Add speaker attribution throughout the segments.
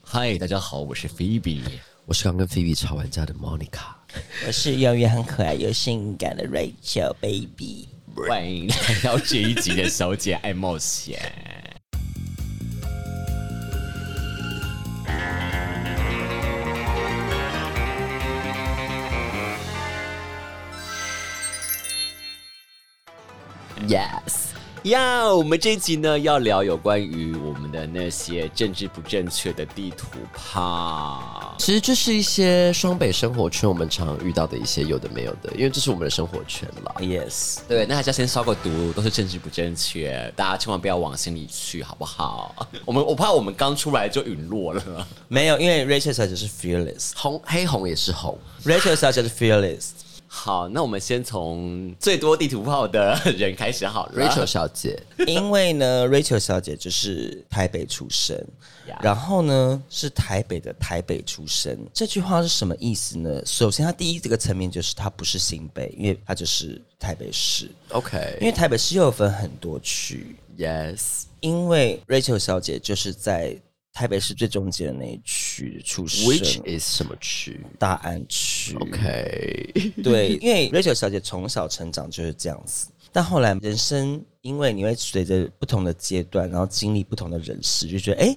Speaker 1: 嗨，大家好，我是菲比。
Speaker 2: 我是刚跟菲比吵完架的 Monica。
Speaker 3: 我是永远很可爱又性感的 Rachel Baby。
Speaker 1: 欢迎来到这一集的《小姐爱冒险》。Yes，呀、我们这一集呢要聊有关于我们的那些政治不正确的地图炮。
Speaker 2: 其实就是一些双北生活圈我们常遇到的一些有的没有的，因为这是我们的生活圈啦。
Speaker 3: Yes，
Speaker 1: 对，那还是要先消个毒，都是政治不正确，大家千万不要往心里去，好不好？ 我们我怕我们刚出来就陨落了。
Speaker 3: 没有，因为 Rachel 小姐是 fearless，Rachel
Speaker 2: 红黑红也是红，
Speaker 3: 小姐是 fearless。
Speaker 1: 好，那我们先从最多地图炮的人开始好了。
Speaker 2: Rachel 小姐，
Speaker 3: 因为呢，Rachel 小姐就是台北出生
Speaker 1: Yeah
Speaker 3: 然后呢是台北的台北出生。这句话是什么意思呢？首先，它第一这个层面就是它不是新北，因为它就是台北市，因
Speaker 2: OK，Yes，
Speaker 3: 为台北市又有分很多区。因为 Rachel 小姐就是在台北市最中间的那一区出生
Speaker 2: which is 什么区
Speaker 3: 大安区。
Speaker 2: ？OK，
Speaker 3: 对，因为 Rachel 小姐从小成长就是这样子，但后来人生因为你会随着不同的阶段，然后经历不同的人事，就觉得哎。诶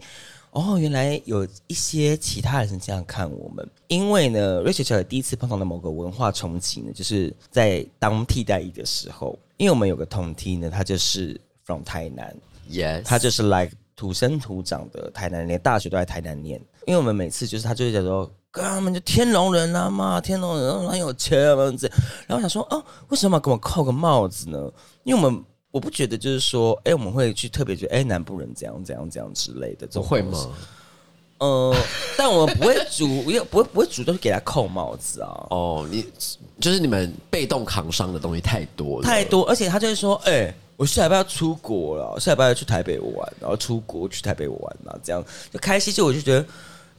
Speaker 3: 哦，原来有一些其他人是这样看我们，因为呢，Rachel 小姐第一次碰到的某个文化冲击呢，就是在当替代役的时候，因为我们有个同梯呢，他就是 from 台南，
Speaker 2: yes，
Speaker 3: 他就是来土生土长的台南人，连大学都在台南念。因为我们每次就是他就会讲说，哥他们就天龙人啊嘛，天龙人很有钱啊嘛这样。然后我想说，哦，为什么要给我扣个帽子呢？因为我们我不觉得就是说，哎、我们会去特别觉得，哎、南部人怎样怎样怎样之类的，
Speaker 2: 不
Speaker 3: 总
Speaker 2: 会？吗？
Speaker 3: 呃，但我们不会主，也不会不会主动给他扣帽子啊。
Speaker 2: 哦，你就是你们被动扛伤的东西太多了，
Speaker 3: 太多，而且他就会说，哎、我下礼拜要出国了，我下礼拜要去台北玩，然后出国去台北玩啊，这样就开心。就我就觉得，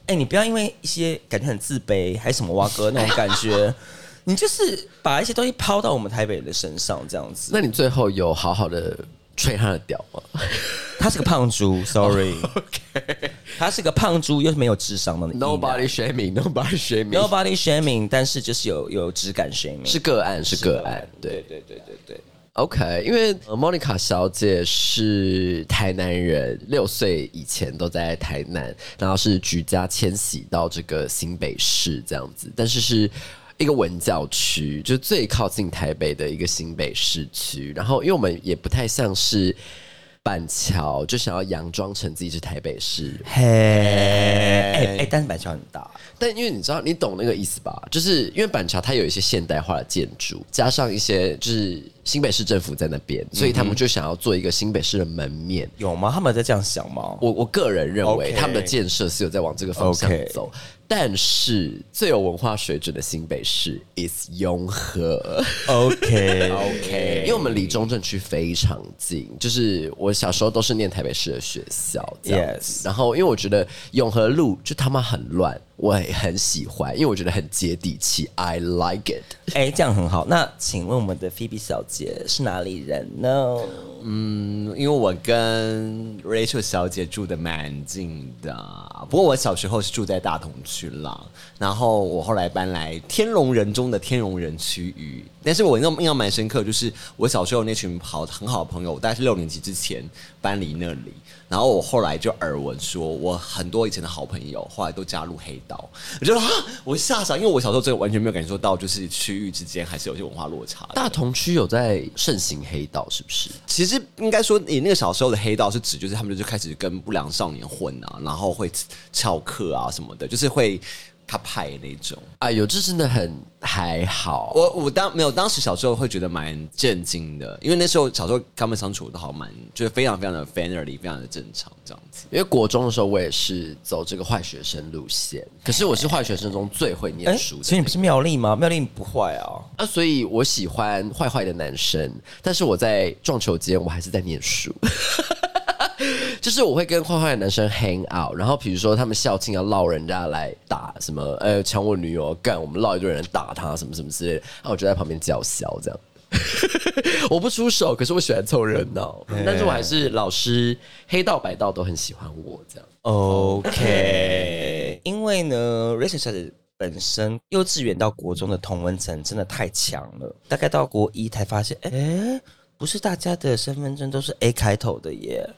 Speaker 3: 哎、你不要因为一些感觉很自卑，还是什么蛙哥那种感觉，你就是把一些东西抛到我们台北人的身上，这样子。
Speaker 2: 那你最后有好好的吹他的屌吗？
Speaker 3: 他是个胖猪，sorry，他是个胖猪，又是没有智商的
Speaker 2: Nobody shaming, nobody shaming，
Speaker 3: nobody shaming，但是就是有有质感 shaming，
Speaker 2: 是个案，是个案，对
Speaker 3: 对对对对。
Speaker 2: ，OK。因为呃 Monica 小姐是台南人，六岁以前都在台南，然后是举家迁徙到这个新北市这样子，但是是。一个文教区，就最靠近台北的一个新北市区。然后，因为我们也不太像是板桥，就想要佯装成自己是台北市
Speaker 3: 嘿，哎哎，但是板桥很大，
Speaker 2: 但因为你知道，你懂那个意思吧？就是因为板桥它有一些现代化的建筑，加上一些就是新北市政府在那边，
Speaker 3: 嗯
Speaker 2: 所以他们就想要做一个新北市的门面。
Speaker 3: 有吗？他们有在这样想 吗？
Speaker 2: 我我个人认为
Speaker 3: OK
Speaker 2: 他们的建设是有在往这个方向
Speaker 3: OK
Speaker 2: 走但是最有文化水准的新北市 is 雍和。
Speaker 3: OK
Speaker 1: OK，
Speaker 3: 哎
Speaker 2: 因为我们离中正区非常近，就是我小时候都是念台北市的学校这样子。
Speaker 3: Yes
Speaker 2: 然后因为我觉得永和路就他妈很乱，我也很喜欢，因为我觉得很接地气，I like it。
Speaker 3: 哎、这样很好。那请问我们的菲比小姐是哪里人呢？
Speaker 1: 因为我跟 Rachel 小姐住的蛮近的，不过我小时候是住在大同区啦，然后我后来搬来天龙人中的天龙人区域，但是我印象印象蛮深刻，就是我小时候那群好很好的朋友，我大概是六年级之前搬离那里，然后我后来就耳闻说，我很多以前的好朋友后来都加入黑道，我觉得啊，我吓傻，因为我小时候真的完全没有感受到，就是区域之间还是有些文化落差的。
Speaker 2: 大同区有在盛行黑道，是不是？
Speaker 1: 其实应该说，你那个小时候的黑道是指，就是他们就开始跟不良少年混啊，然后会翘课啊什么的，就是会卡派那种。
Speaker 2: 哎呦，这真的很还好。
Speaker 1: 我我当没有当时小时候会觉得蛮震惊的，因为那时候小时候跟他们相处都好蛮，就是非常非常的 friendly，非常的正常这样子。
Speaker 2: 因为国中的时候，我也是走这个坏学生路线，可是我是坏学生中最会念
Speaker 3: 哎、
Speaker 2: 书的那个。
Speaker 3: 所以你不是妙丽吗？妙丽不坏啊。
Speaker 2: 啊，所以我喜欢坏坏的男生，但是我在撞球间，我还是在念书。 就是我会跟坏坏的男生 hang out，然后比如说他们校庆要闹人家来打什么，呃，抢我女友，干我们闹一堆人打他什么什么之类的，那、我就在旁边叫嚣这样。 我不出手，可是我喜欢凑热闹，但是我还是老师黑道白道都很喜欢我这样。
Speaker 3: OK，为呢，Rachel 小姐本身幼稚园到国中的同文层真的太强了，大概到国一才发现，哎、不是大家的身份证都是 A 开头的耶，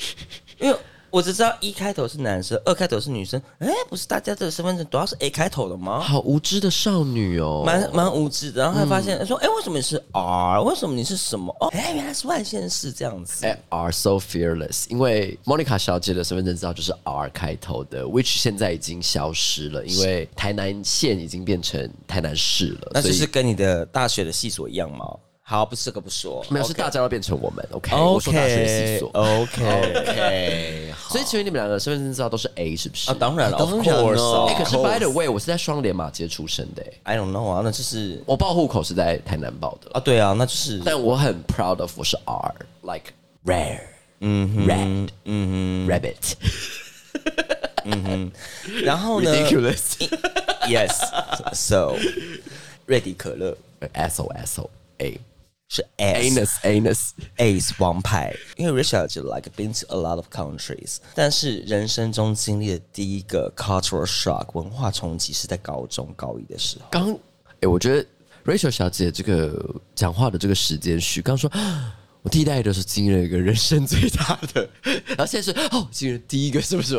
Speaker 3: 因为。我只知道一开头是男生，二开头是女生。哎、不是大家的身份证都要是 A 开头的吗？
Speaker 2: 好无知的少女哦，嗯
Speaker 3: 蛮蛮无知的，然后还发现、说，哎、为什么你是 R？为什么你是什么？哦，哎、原来是外县市这样
Speaker 2: 哎
Speaker 3: 子。
Speaker 2: are so fearless，因为 Monica 小姐的身份证照就是 R 开头的，which 现在已经消失了，因为台南县已经变成台南市了，
Speaker 3: 那就
Speaker 2: 所以
Speaker 3: 是跟你的大学的系所一样吗？好，不是这个不说，
Speaker 2: 没有是
Speaker 3: OK
Speaker 2: 大家都变成我们，OK？我说大学系
Speaker 3: OK 哦
Speaker 2: 所
Speaker 3: OK，
Speaker 1: OK，
Speaker 2: 所以请问你们两个身份证照都是 A 是不是？
Speaker 3: 啊，当然了，
Speaker 1: 当然了
Speaker 2: 哎、
Speaker 1: 欸
Speaker 2: 可是
Speaker 1: Of course
Speaker 2: by the way，我是在双联马街出生的、欸，
Speaker 3: I don't know 啊，那就是
Speaker 2: 我报户口是在台南报的，
Speaker 3: 啊，对啊，那就是
Speaker 2: 但我很 proud of 我是 R，like rare，嗯，red，嗯，rabbit，
Speaker 3: 然后 呢
Speaker 2: ridiculous，
Speaker 3: ，Yes，So，瑞迪可乐
Speaker 2: s o s o a
Speaker 3: 是 S
Speaker 2: anus anus。
Speaker 3: Ace 王牌，因为 Richard 就 like been to a lot of countries，但是人生中经历的第一个 cultural shock 文化冲击是在高中高一的时候。
Speaker 2: 刚，哎、我觉得 Rachel 小姐这个讲话的这个时间序，刚说。啊我替代的时候经历了一个人生最大的， 然后现在是哦，经历了第一个是不是？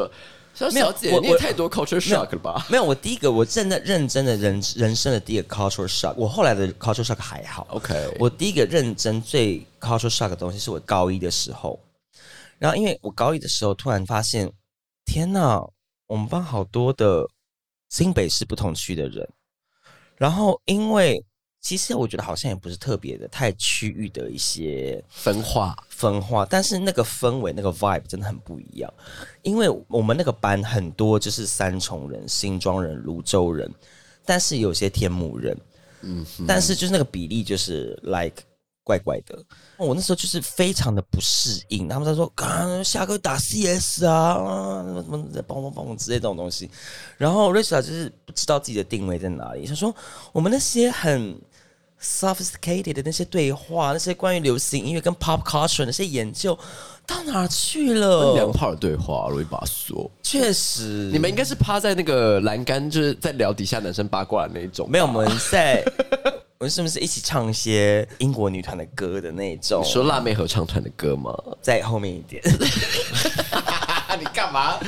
Speaker 2: 小
Speaker 3: 没有
Speaker 2: 小姐，
Speaker 3: 我
Speaker 2: 你也
Speaker 3: 我
Speaker 2: 太多 culture shock 了吧？
Speaker 3: 没有，我第一个我真的认真的人人生的第一个 cultural shock，我后来的 cultural shock 还好。
Speaker 2: OK
Speaker 3: 我第一个认真最 cultural shock 的东西是我高一的时候，然后因为我高一的时候突然发现，天哪，我们班好多的新北市不同区的人，然后因为其实我觉得好像也不是特别的太区域的一些
Speaker 2: 分化
Speaker 3: 分化，但是那个氛围、那个 vibe 真的很不一样。因为我们那个班很多就是三重人、新庄人、泸州人，但是有些天母人，嗯，但是就是那个比例就是 like 怪怪的。我那时候就是非常的不适应，他们在说啊，下课打 CS 啊，啊什么什么帮帮帮我之类这种东西。然后 Rachel 就是不知道自己的定位在哪里，想说我们那些很 sophisticated 的那些对话，那些关于流行音乐跟 pop culture 那些研究到哪儿去
Speaker 2: 两
Speaker 3: 了？
Speaker 2: 炮的对话，容易把说。
Speaker 3: 确实，
Speaker 2: 呃你们应该是趴在那个栏杆，就是在聊底下男生八卦的那一种。
Speaker 3: 没有我们在，我们是不是一起唱一些英国女团的歌的那种？
Speaker 2: 说辣妹合唱团的歌吗
Speaker 3: 在后面一点，
Speaker 2: 你干嘛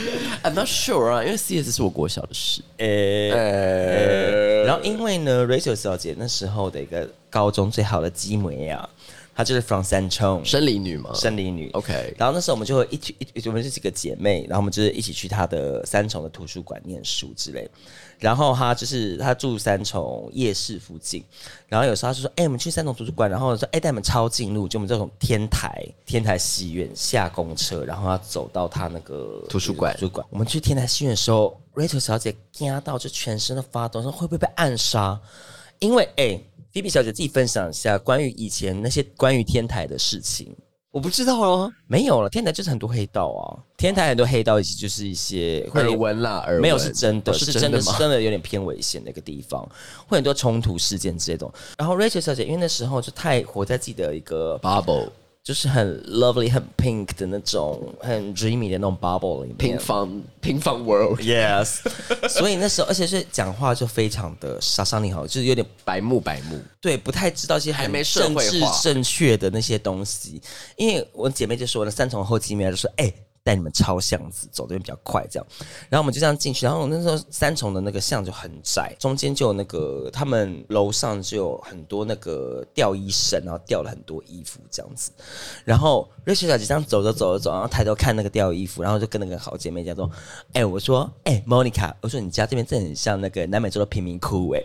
Speaker 2: ？I'm not sure 啊，因为 CS 是我国小的事。
Speaker 3: 诶、
Speaker 2: 呃，
Speaker 3: 然后因为呢，Rachel 小姐那时候的一个高中最好的基妹啊，她就是 from 三重，
Speaker 2: 生理女吗？
Speaker 3: 生理女。
Speaker 2: OK
Speaker 3: 然后那时候我们就会一起一起，我们是几个姐妹，然后我们就是一起去她的三重的图书馆念书之类。然后她就是她住三重夜市附近，然后有时候她就说：“哎、我们去三重图书馆。”然后说：“哎、带我们抄近路，就我们这种天台天台戏院下公车，然后她走到她那个
Speaker 2: 图书馆
Speaker 3: 图书馆。我们去天台戏院的时候，Rachel 小姐惊到就全身都发抖，说会不会被暗杀？因为哎。菲比小姐自己分享一下关于以前那些关于天台的事情。
Speaker 1: 我不知道哦。
Speaker 3: 没有了，天台就是很多黑道啊，天台很多黑道，以及就是一些会
Speaker 2: 耳闻啦，耳闻
Speaker 3: 没有是真的，
Speaker 2: 哦
Speaker 3: 是
Speaker 2: 是
Speaker 3: 真
Speaker 2: 真
Speaker 3: 的
Speaker 2: 的
Speaker 3: 是
Speaker 2: 吗？
Speaker 3: 真的有点偏危险的一个地方，会很多冲突事件之类的。然后 Rachel 小姐因为那时候就太活在自己的一个
Speaker 2: Bubble
Speaker 3: 就是很 lovely、很 pink 的那种、很 dreamy 的那种 bubble 里
Speaker 2: 平
Speaker 3: 面。
Speaker 2: 方平方 world
Speaker 3: Yes，所 以那时候，而且是讲话就非常的杀伤力好，就是有点
Speaker 2: 白目白目，
Speaker 3: 对，不太知道一些
Speaker 2: 还
Speaker 3: 很
Speaker 2: 没社
Speaker 3: 政
Speaker 2: 会
Speaker 3: 治
Speaker 2: 化
Speaker 3: 正确的那些东西。因为我姐妹就说了，三重后期妹就说：“哎、带你们抄巷子，走这边比较快。”这样，然后我们就这样进去。然后我那时候三重的那个巷就很窄，中间就有那个他们楼上就有很多那个吊衣绳，然后吊了很多衣服这样子。然后瑞雪小姐这样走着走着走，然后抬头看那个吊衣服，然后就跟那个好姐妹讲说：“哎、我说，哎、m o n i c a 我说你家这边真的很像那个南美洲的贫民窟哎、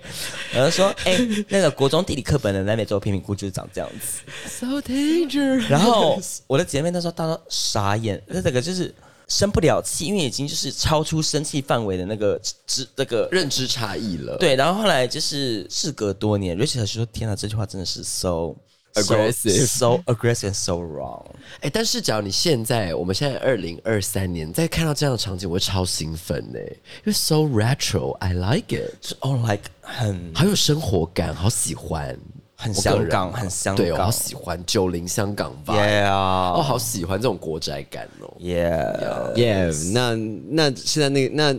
Speaker 3: 然后说：哎、那个国中地理课本的南美洲贫民窟就是长这样子。
Speaker 2: So dangerous。
Speaker 3: 然后我的姐妹那时候大到傻眼，那这个就是生不了气，因为已经就是超出生气范围的那个之那个
Speaker 2: 认知差异了，
Speaker 3: 对，然后后来就是事隔多年，瑞雪小姐说：天哪，这句话真的是 so
Speaker 2: Aggressive
Speaker 3: so, so aggressive, and so wrong。”
Speaker 2: 哎、但是假如你现在，我们现在二零二三年再看到这样的场景，我会超兴奋呢、因为 so retro，I like it，
Speaker 3: 就是哦，like 很
Speaker 2: 好有生活感，好喜欢，
Speaker 3: 很
Speaker 2: 我个
Speaker 3: 香
Speaker 2: 人
Speaker 3: 港，很香
Speaker 2: 对、哦，好
Speaker 3: 港
Speaker 2: 喜欢九零香港吧哦，
Speaker 3: ，yeah
Speaker 2: 好喜欢这种国宅感哦。
Speaker 3: yeah，
Speaker 1: 耶、那那现在那那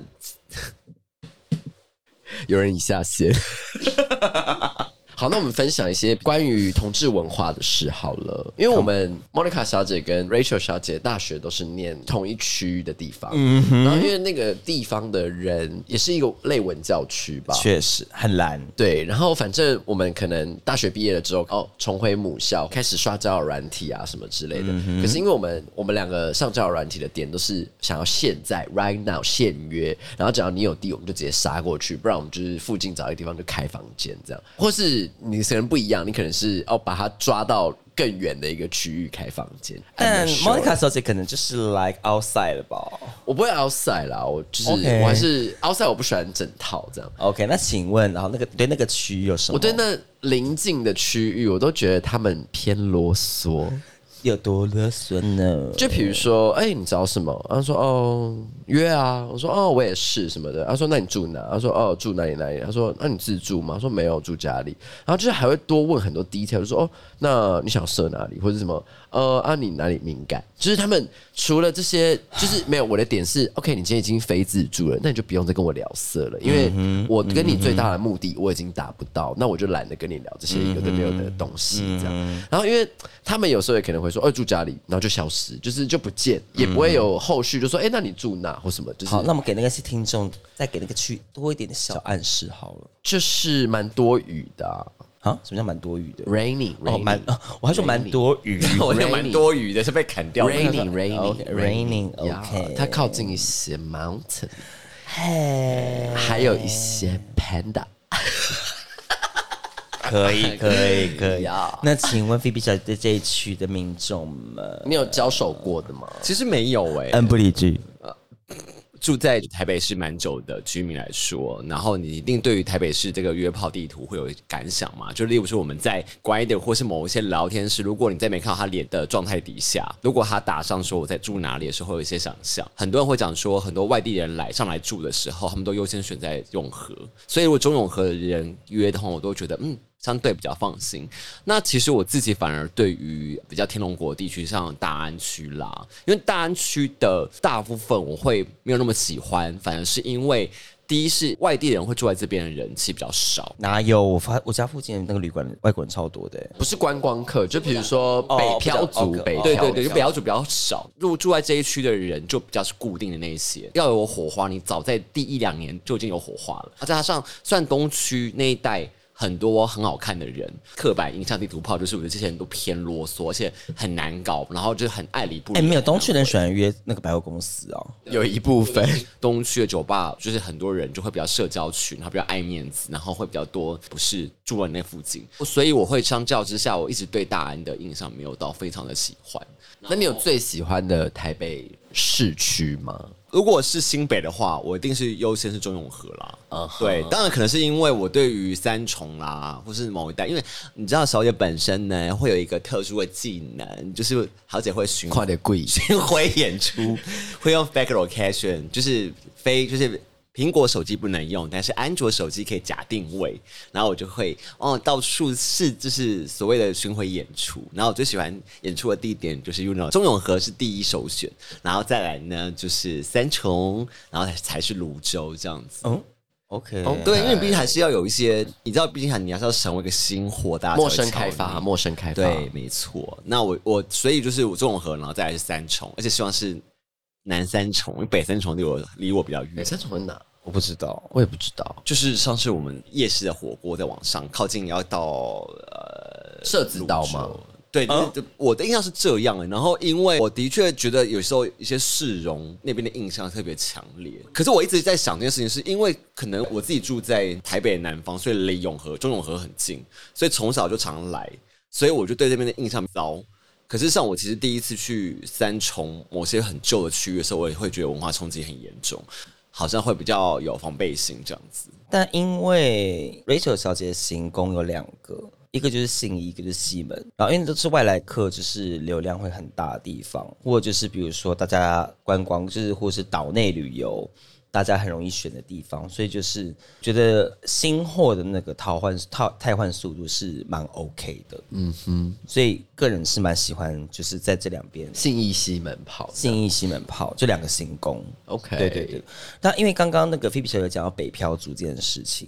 Speaker 2: 有人已下线。好，那我们分享一些关于同志文化的事好了，因为我们 Monica 小姐跟 Rachel 小姐大学都是念同一区的地方，然后因为那个地方的人也是一个类文教区吧，
Speaker 3: 确实很难。
Speaker 2: 对，然后反正我们可能大学毕业了之后，哦，重回母校，开始刷交友软体啊什么之类的。可是因为我们我们两个上交友软体的点都是想要现在 right now 现约，然后只要你有地，我们就直接杀过去，不然我们就是附近找一个地方就开房间这样，或是你可能不一样，你可能是哦把它抓到。更远的一个区域开房间，I'm
Speaker 3: 但
Speaker 2: not sure
Speaker 3: Monica 小姐可能就是 like outside 了吧
Speaker 2: 我不会 outside 啦，我就是
Speaker 3: OK
Speaker 2: 我还是 outside，我不喜欢整套这样。
Speaker 3: ？OK，那请问，然后那个对那个区域有什么？
Speaker 2: 我对那邻近的区域，我都觉得他们偏啰嗦。
Speaker 3: 有多勒索呢？
Speaker 2: 就比如说，哎、你找什么？他说哦，约啊。我说哦，我也是什么的。他说那你住哪？他说哦，住哪里哪里。他说那你自住吗？我说没有，住家里。然后就是还会多问很多 detail，就说哦，那你想设哪里或者什么？呃啊，你哪里敏感？就是他们除了这些，就是没有我的点是，OK，你今天已经非自住了，那你就不用再跟我聊色了，因为
Speaker 3: 嗯
Speaker 2: 我跟你最大的目的我已经达不到，那我就懒得跟你聊这些有的没有的东西这样。
Speaker 3: 嗯
Speaker 2: 然后因为他们有时候也可能会说，哦，住家里，然后就消失，就是就不见，也不会有后续，就说，哎、那你住哪或什么，就是
Speaker 3: 好，那我们给那个听众再给那个区域多一点的小暗示好了。
Speaker 2: 就是蛮多余的、啊、
Speaker 3: 啊，什么叫蛮多余的？
Speaker 2: ，rainy，
Speaker 3: 哦，蛮，哦我还说蛮多 余。
Speaker 1: 我觉得蛮多余的，是被砍掉的。
Speaker 3: 哦
Speaker 2: Raining, raining,
Speaker 3: Okay, raining, okay
Speaker 2: 它靠近一些 mountain，
Speaker 3: 嘿，
Speaker 2: 还有一些 panda。
Speaker 3: 可 以，可以，可以
Speaker 2: 呀。
Speaker 3: 那请问菲比小姐对这一区的民众们，
Speaker 2: 你有交手过的吗？
Speaker 1: 其实没有哎、
Speaker 3: 不理解。
Speaker 1: 住在台北市蛮久的居民来说，然后你一定对于台北市这个约炮地图会有感想嘛？就例如说我们在 Grinder 或是某一些聊天室，如果你在没看到他脸的状态底下，如果他打上说我在住哪里的时候，有一些想象。很多人会讲说，很多外地人来上来住的时候，他们都优先选在永和，所以如果中永和的人约的话，我都觉得嗯。相对比较放心。那其实我自己反而对于比较天龙国地区，像大安区啦，因为大安区的大部分我会没有那么喜欢，反而是因为第一是外地人会住在这边的人气比较少。
Speaker 3: 哪有？我发我家附近的那个旅馆，外国人超多的。
Speaker 2: 不是观光客，就比如说北漂族
Speaker 3: 不是，哦
Speaker 2: 北漂
Speaker 1: 对
Speaker 2: 族
Speaker 1: 对对，就比较主比较少，入住在这一区的人就比较是固定的那一些，要有火花，你早在第一两年就已经有火花了。啊再加上算东区那一带。很多很好看的人，刻板印象地图炮就是我觉得这些人都偏啰嗦，而且很难搞，然后就是很爱理不理。
Speaker 3: 哎，没有，东区人喜欢约那个百货公司哦。
Speaker 2: 有一部分。
Speaker 1: 东区的酒吧，就是很多人就会比较社交群，然后比较爱面子，然后会比较多不是住在那附近，所以我会相较之下，我一直对大安的印象没有到非常的喜欢。
Speaker 2: 那你有最喜欢的台北市区吗？
Speaker 1: 如果是新北的话，我一定是优先是中永和啦。对，当然可能是因为我对于三重啦，或是某一代，因为你知道小姐本身呢会有一个特殊的技能，就是小姐会巡
Speaker 2: 快点贵
Speaker 1: 巡回演 出，会用 back location，就是非就是。苹果手机不能用，但是安卓手机可以假定位，然后我就会哦到处是就是所谓的巡回演出，然后我最喜欢演出的地点就是 UNO 中永和是第一首选，然后再来呢就是三重，然后才才是泸州这样子。
Speaker 3: 嗯，OK，
Speaker 2: 哦
Speaker 1: 对，因为毕竟还是要有一些，你知道，毕竟还你还是要成为一个新货，大家才会
Speaker 2: 陌生
Speaker 1: 找
Speaker 2: 开
Speaker 1: 你
Speaker 2: 发，陌生开发。
Speaker 1: 对，，没错。那我我所以就是我综合，然后再来是三重，而且希望是南三重，因为北三重离我离我比较远。
Speaker 2: 三重在哪？
Speaker 3: 我不知道。
Speaker 2: 我也不知道。
Speaker 1: 就是上次我们夜市的火锅在往上，靠近要到呃
Speaker 2: 社子岛吗？
Speaker 1: 对，就是我的印象是这样的。然后，因为我的确觉得有时候一些市容那边的印象特别强烈。可是我一直在想这件事情，是因为可能我自己住在台北南方，所以离永和、中永和很近，所以从小就常来，所以我就对这边的印象糟。可是像我其实第一次去三重某些很旧的区域的时候，我也会觉得文化冲击很严重，好像会比较有防备心这样子。
Speaker 3: 但因为 Rachel 小姐的行宫有两个，一个就是信义，一个就是西门。然后因为都是外来客，就是流量会很大的地方，或者就是比如说大家观光，就是或是岛内旅游，大家很容易选的地方，所以就是觉得新货的那个淘换套汰换速度是蛮 OK 的，嗯哼，所以个人是蛮喜欢，就是在这两边
Speaker 2: 信义西门跑
Speaker 3: 信义西门炮就两个新宫。
Speaker 2: ，OK，
Speaker 3: 对对对。那因为刚刚那个菲比小姐讲到北漂族这件事情，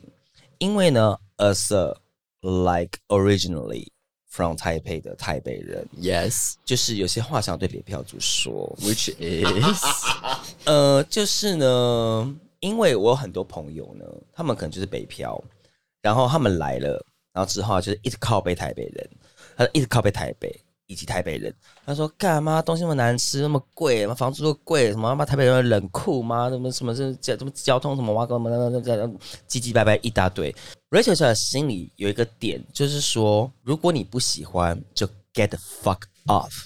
Speaker 3: 因为呢，as a like originally from 台北的台北人，
Speaker 2: ，Yes，which
Speaker 3: 就是有些话想对北漂族说，
Speaker 2: 嗯 is
Speaker 3: 呃，就是呢，因为我有很多朋友呢，他们可能就是北漂，然后他们来了，然后之后啊就是一直靠北台北人，他就一直靠北台北以及台北人。他说干嘛东西那么难吃，那么贵，妈房租都贵，什么妈台北人冷酷吗？什么什么这交什么交通什么哇什么什么唧唧拜拜一大堆。Rachel 小姐心里有一个点，就是说，如果你不喜欢，就 get the fuck off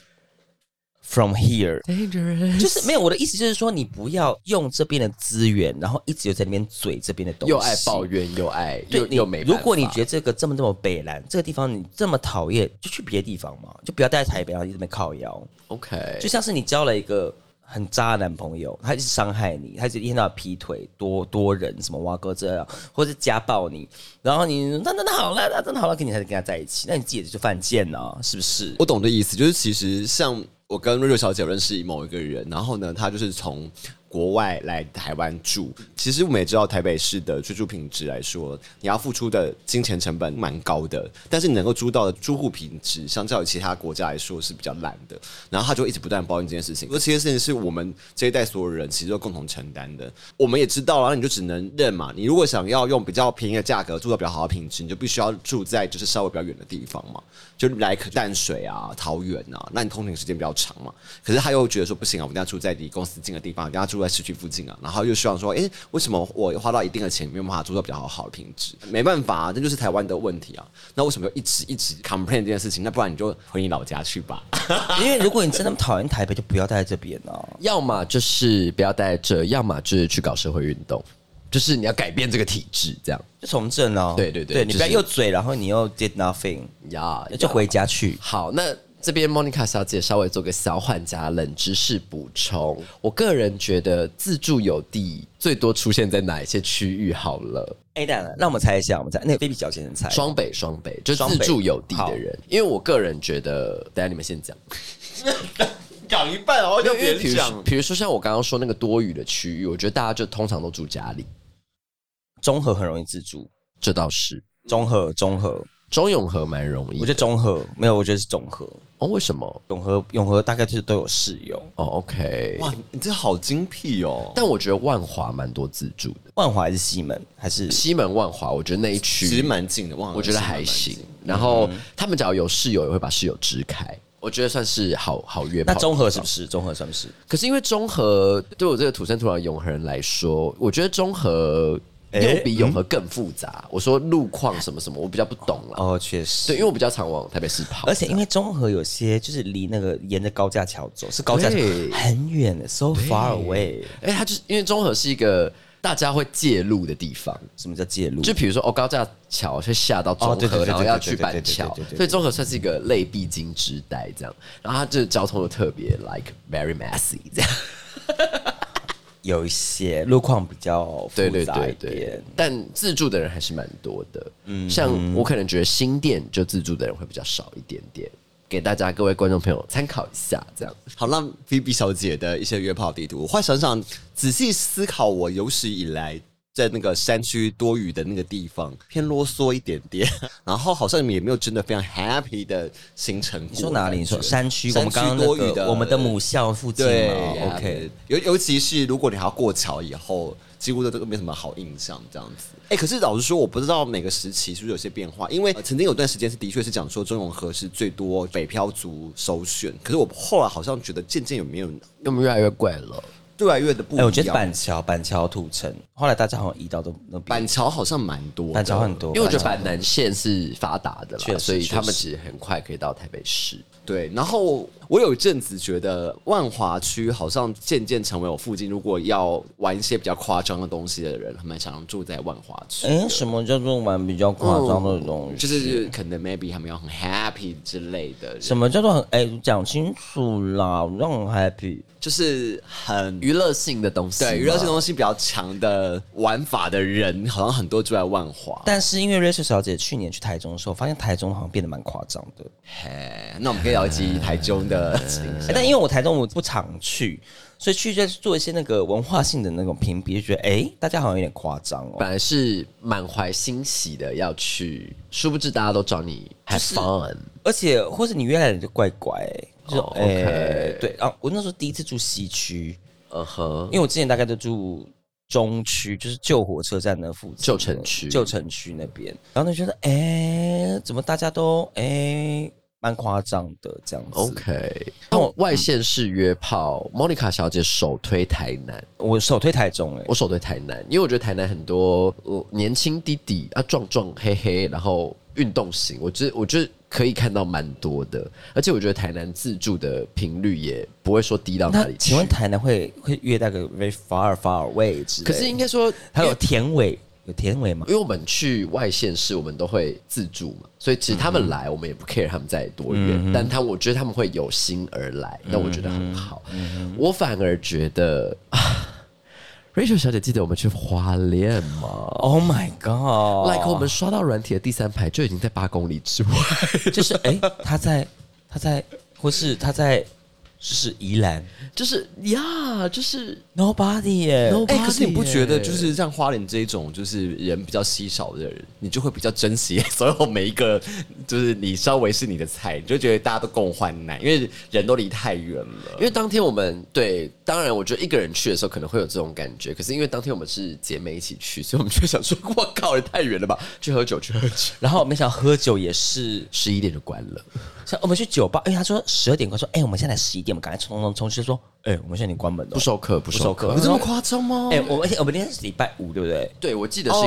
Speaker 3: from here。
Speaker 2: dangerous，
Speaker 3: 就是没有我的意思，就是说你不要用这边的资源，然后一直有在那边嘴这边的东西，
Speaker 2: 又爱抱怨又爱又
Speaker 3: 对你
Speaker 2: 又没办法。
Speaker 3: 如果你觉得这个这么这么北蓝，这个地方你这么讨厌，就去别的地方嘛，就不要待在台北，然后一直在那边靠腰。
Speaker 2: OK，
Speaker 3: 就像是你交了一个很渣的男朋友，他一直伤害你，他一直一天到晚劈腿、多多人什么挖哥这样，或者家暴你，然后你那那那好了，那真的好了，跟你还是跟他在一起，那你自己就犯贱了、 是不是？
Speaker 1: 我懂的意思，就是其实像我跟瑞瑞小姐认识某一个人，然后呢，他就是从国外来台湾住。其实我们也知道台北市的居住品质来说，你要付出的金钱成本蛮高的，但是你能够租到的住户品质，相较于其他国家来说是比较烂的。然后他就一直不断抱怨这件事情，而这件事情是我们这一代所有人其实都共同承担的。我们也知道啊，那你就只能认嘛。你如果想要用比较便宜的价格住到比较好的品质，你就必须要住在就是稍微比较远的地方嘛。就来可淡水啊、桃园啊，那你通勤时间比较长嘛。可是他又觉得说不行啊，我一定要住在离公司近的地方，一定要住在市区附近啊。然后又希望说，诶，为什么我花到一定的钱没有办法住到比较好好的品质？没办法、啊，这就是台湾的问题啊。那为什么要一直一直 complain 这件事情？那不然你就回你老家去吧。
Speaker 3: 因为如果你真的那么讨厌台北，就不要待在这边啊。
Speaker 2: 要么就是不要待在这，要么就是去搞社会运动，就是你要改变这个体制，这样
Speaker 3: 就从政哦，
Speaker 2: 对对对
Speaker 3: 对你不要
Speaker 2: 就是
Speaker 3: 又嘴，然后你又 did nothing，
Speaker 2: 呀
Speaker 3: 就回家去。
Speaker 2: 好，那这边 Monica 小姐稍微做个小缓夹冷知识补充。我个人觉得自助有地最多出现在哪一些区域？好了，
Speaker 3: 哎，当然了，让我们猜一下，我们猜那个 baby 脚先生猜，
Speaker 2: 双北，双北就是
Speaker 3: 双
Speaker 2: 自
Speaker 3: 北
Speaker 2: 助有地的人，因为我个人觉得，等一下你们先讲。
Speaker 1: 讲一半，然后就
Speaker 2: 因为比如说，比如说像我刚刚说那个多雨的区域，我觉得大家就通常都住家里，
Speaker 3: 综合很容易自助，
Speaker 2: 这倒是。
Speaker 3: 综合综合，
Speaker 2: 中永和蛮容易
Speaker 3: 我觉得
Speaker 2: 的，
Speaker 3: 综合没有，我觉得是综合，
Speaker 2: 哦，为什么？
Speaker 3: 永和永和大概就是都有室友，
Speaker 2: 哦，OK，
Speaker 1: 哇，你这好精辟哦。
Speaker 2: 但我觉得万华蛮多自助的，
Speaker 3: 万华还是西门还是
Speaker 2: 西门万华，我觉得那一区
Speaker 1: 其实蛮近的，忘
Speaker 3: 嗯
Speaker 1: 了
Speaker 2: 我觉得还行。然后他们只要有室友，也会把室友支开，我觉得算是好好约炮。啊
Speaker 3: 那综合是不？是？综合算不是？
Speaker 2: 可是因为中和对我这个土生土长的永和人来说，我觉得中和又比永和更复杂。我说路况什么什么，我比较不懂了。
Speaker 3: 哦，确实，
Speaker 2: 对，因为我比较常往台北市跑，
Speaker 3: 而且因为综合有些就是离那个沿着高架桥走，是高架桥
Speaker 2: 对
Speaker 3: 很远的，so far away。
Speaker 2: 哎，它就是因为中和是一个大家会借路的地方。
Speaker 3: 什么叫介入？
Speaker 2: 就比如说哦，高架桥是下到中
Speaker 3: 哦对对
Speaker 2: 和，
Speaker 3: 对
Speaker 2: 然后
Speaker 3: 对
Speaker 2: 要
Speaker 3: 对
Speaker 2: 去
Speaker 3: 对
Speaker 2: 板
Speaker 3: 对对
Speaker 2: 桥
Speaker 3: 对对，对
Speaker 2: 所以中和算是一个类必经之带这样。然后它这交通又特别 like very messy 这样。
Speaker 3: 有一些路况比较复
Speaker 2: 对对
Speaker 3: 杂一
Speaker 2: 对
Speaker 3: 点
Speaker 2: 对，，但自助的人还是蛮多的。嗯，像我可能觉得新店就自助的人会比较少一点点，给大家各位观众朋友参考一下这样。
Speaker 1: 好，那 V B 小姐的一些约炮地图，我后来想想，仔细思考，我有史以来在那个山区多雨的那个地方偏啰嗦一点点， 然后好像也没有真的非常 happy 的行程过。
Speaker 3: 你说哪
Speaker 1: 感
Speaker 3: 里？
Speaker 1: 觉
Speaker 3: 你说山区？我
Speaker 1: 山
Speaker 3: 们刚刚
Speaker 1: 多
Speaker 3: 那
Speaker 1: 雨
Speaker 3: 个
Speaker 1: 的，
Speaker 3: 我们的母校附近
Speaker 1: 对
Speaker 3: 嘛哦
Speaker 1: 呀
Speaker 3: OK，
Speaker 1: 尤尤其是如果你还要过桥以后，几乎都都没什么好印象这样子。哎、可是老实说，我不知道每个时期是不是有些变化，因为、呃曾经有段时间是的确是讲说中永和是最多北漂族首选，可是我后来好像觉得渐渐有没有
Speaker 2: 因为我们越来越贵了，
Speaker 1: 越来越的不一
Speaker 3: 哎、
Speaker 1: 样。
Speaker 3: 我觉得板桥、板桥、土城，后来大家好像移到都那边，
Speaker 1: 板桥好像蛮多的，
Speaker 3: 板桥很多，
Speaker 2: 因为我觉得板南线是发达的
Speaker 3: 确
Speaker 2: 啦，
Speaker 3: 实
Speaker 2: 所以他们
Speaker 3: 确实
Speaker 2: 其实很快可以到台北市。
Speaker 1: 对。然后我有一阵子觉得万华区好像渐渐成为我附近如果要玩一些比较夸张的东西的人，蛮常住在万华区。
Speaker 3: 哎、什么叫做玩比较
Speaker 2: 嗯
Speaker 3: 夸张的东
Speaker 1: 就
Speaker 3: 西？
Speaker 1: 是可能 maybe 他们要很 happy 之类的人，
Speaker 3: 什么叫做很哎、讲清楚啦，我让很 happy。
Speaker 1: 就是很
Speaker 2: 娱乐性的东西吗，
Speaker 1: 对娱乐性东西比较强的玩法的人，好像很多住在万华。
Speaker 3: 但是因为 Rachel 小姐去年去台中的时候，发现台中好像变得蛮夸张的。
Speaker 2: 啊
Speaker 1: 哎，那我们可以聊一集台中 的情
Speaker 3: 欸但因为我台中我不常去，所以去就是做一些那个文化性的那种评比，就觉得哎、欸大家好像有点夸张哦。
Speaker 2: 本来是满怀欣喜的要去，殊不知大家都找你 have fun，
Speaker 3: 而且或者你约来的人就怪怪、欸，就是
Speaker 2: 哦
Speaker 3: 哎、
Speaker 2: ，OK
Speaker 3: 欸对。然后我那时候第一次住西区，
Speaker 2: 嗯哼
Speaker 3: 因，为我之前大概都住中区，就是旧火车站那附近的，
Speaker 2: 旧城区
Speaker 3: 旧城区那边。然后就觉得哎、欸怎么大家都哎蛮夸张的这样子。
Speaker 2: OK，哦，外县市约炮，Monica 小姐首推台南，
Speaker 3: 我首推台中哎、欸
Speaker 2: 我首推台南，因为我觉得台南很多、呃、年轻弟弟啊，壮壮黑黑，然后运动型，我觉得我觉得可以看到蛮多的，而且我觉得台南自助的频率也不会说低到哪
Speaker 3: 那
Speaker 2: 里去。
Speaker 3: 请问台南会会约那个 very far far away 之类
Speaker 2: 可
Speaker 3: 的？
Speaker 2: 是应该说
Speaker 3: 还
Speaker 2: 因
Speaker 3: 有
Speaker 2: 为
Speaker 3: 田尾，有田尾吗？
Speaker 2: 因为我们去外县市，我们都会自助嘛，所以其实他们来，我们也不 care 他们在多远，但他我觉得他们会有心而来，那我觉得很好。我反而觉得、啊、，Rachel 小姐记得我们去花莲吗、
Speaker 3: Oh my
Speaker 2: l
Speaker 3: god！
Speaker 2: i k e 我们刷到软体的第三排就已经在八公里之外，
Speaker 3: 就是哎、他在他在，或是他在，就是宜兰
Speaker 2: 就是呀，就是
Speaker 3: ，Nobody 耶、
Speaker 2: No-
Speaker 1: 哎、可是你不觉得就是像花莲这一种就是人比较稀少的人，你就会比较珍惜所有每一个 就是你稍微是你的菜，你就觉得大家都共患难，因为人都离太远了
Speaker 2: 因。为当天我们对，当然我觉得一个人去的时候可能会有这种感觉，可是因为当天我们是姐妹一起去，所以我们就想说，我靠，也太远了吧，去喝酒去喝酒。
Speaker 3: 然后没想到喝酒也是，
Speaker 2: 十一点就关了，
Speaker 3: 像我们去酒吧，哎、他说十二点关，说哎、我们现在十一点，我们赶快冲冲冲去，就说哎、我们现在已经关门了，
Speaker 2: 不授课，不授课。
Speaker 3: 不授课
Speaker 1: 夸张吗
Speaker 3: 哎、我们而且我们今天是礼拜五，对不对？
Speaker 2: 对，我记得
Speaker 1: 那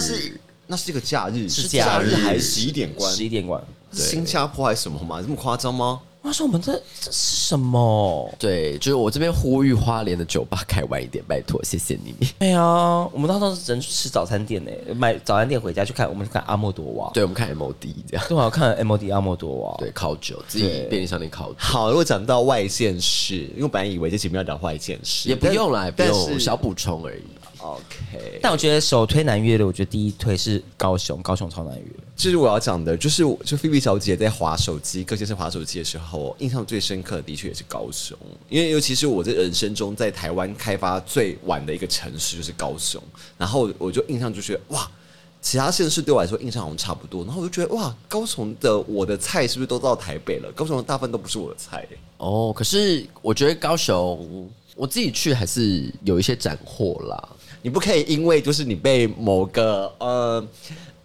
Speaker 2: 是
Speaker 1: 是
Speaker 2: 一
Speaker 1: 一个
Speaker 2: 个假
Speaker 1: 假日，哦那是那
Speaker 2: 日，
Speaker 1: 是一个假日，
Speaker 3: 是
Speaker 1: 假
Speaker 3: 假日
Speaker 1: 还是十一点关？
Speaker 3: 十一点关。
Speaker 1: 是新加坡还是什么吗？这么夸张吗？
Speaker 3: 我说我们这这是什么？
Speaker 2: 对，就是我这边呼吁花莲的酒吧开晚一点，拜托，谢谢你。
Speaker 3: 对啊，我们那时候只能去吃早餐店呢、买早餐店回家去看，我们去看阿莫多瓦。
Speaker 2: 对，我们看 MOD 这样，
Speaker 3: 对啊，我看 MOD 阿莫多瓦。
Speaker 2: 对，烤酒，自己便利商店烤酒，
Speaker 1: 好，如果讲到外县市，因为我本来以为这节目要聊外县市，
Speaker 2: 也不
Speaker 1: 但
Speaker 2: 用啦，也不
Speaker 1: 但
Speaker 2: 用，
Speaker 1: 是
Speaker 2: 小补充而已。
Speaker 1: OK。
Speaker 3: 但我觉得首推南越的，我觉得第一推是高雄，高雄超难约。
Speaker 1: 就是我要讲的，就是就菲比小姐在划手机，各先生划手机的时候，印象最深刻的的确也是高雄，因为尤其是我在人生中在台湾开发最晚的一个城市就是高雄，然后我就印象就觉得哇。其他县市对我来说印象好像差不多，然后我就觉得哇，高雄的我的菜是不是都到台北了？高雄的大部分都不是我的菜、
Speaker 2: 哦，可是我觉得高雄，我自己去还是有一些斩获啦。
Speaker 1: 你不可以因为就是你被某个呃，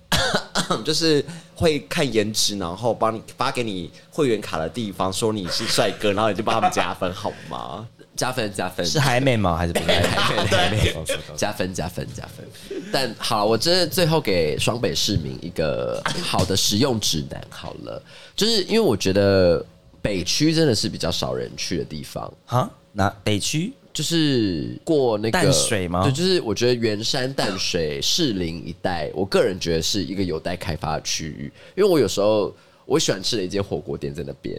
Speaker 1: 就是会看颜值，然后帮你发给你会员卡的地方说你是帅哥，然后你就帮他们加分好吗？
Speaker 2: 加分加分
Speaker 3: 是海美吗？还是不是海美？海美。
Speaker 2: 加分加分加分，但好，我真的最后给双北市民一个好的实用指南好了，就是因为我觉得北区真的是比较少人去的地方，
Speaker 3: 啊，那北区
Speaker 2: 就是过那个
Speaker 3: 淡水吗
Speaker 2: 对，就是我觉得圆山、淡水、士林一带，我个人觉得是一个有待开发的区域，因为我有时候。我喜欢吃的一间火锅店在那边，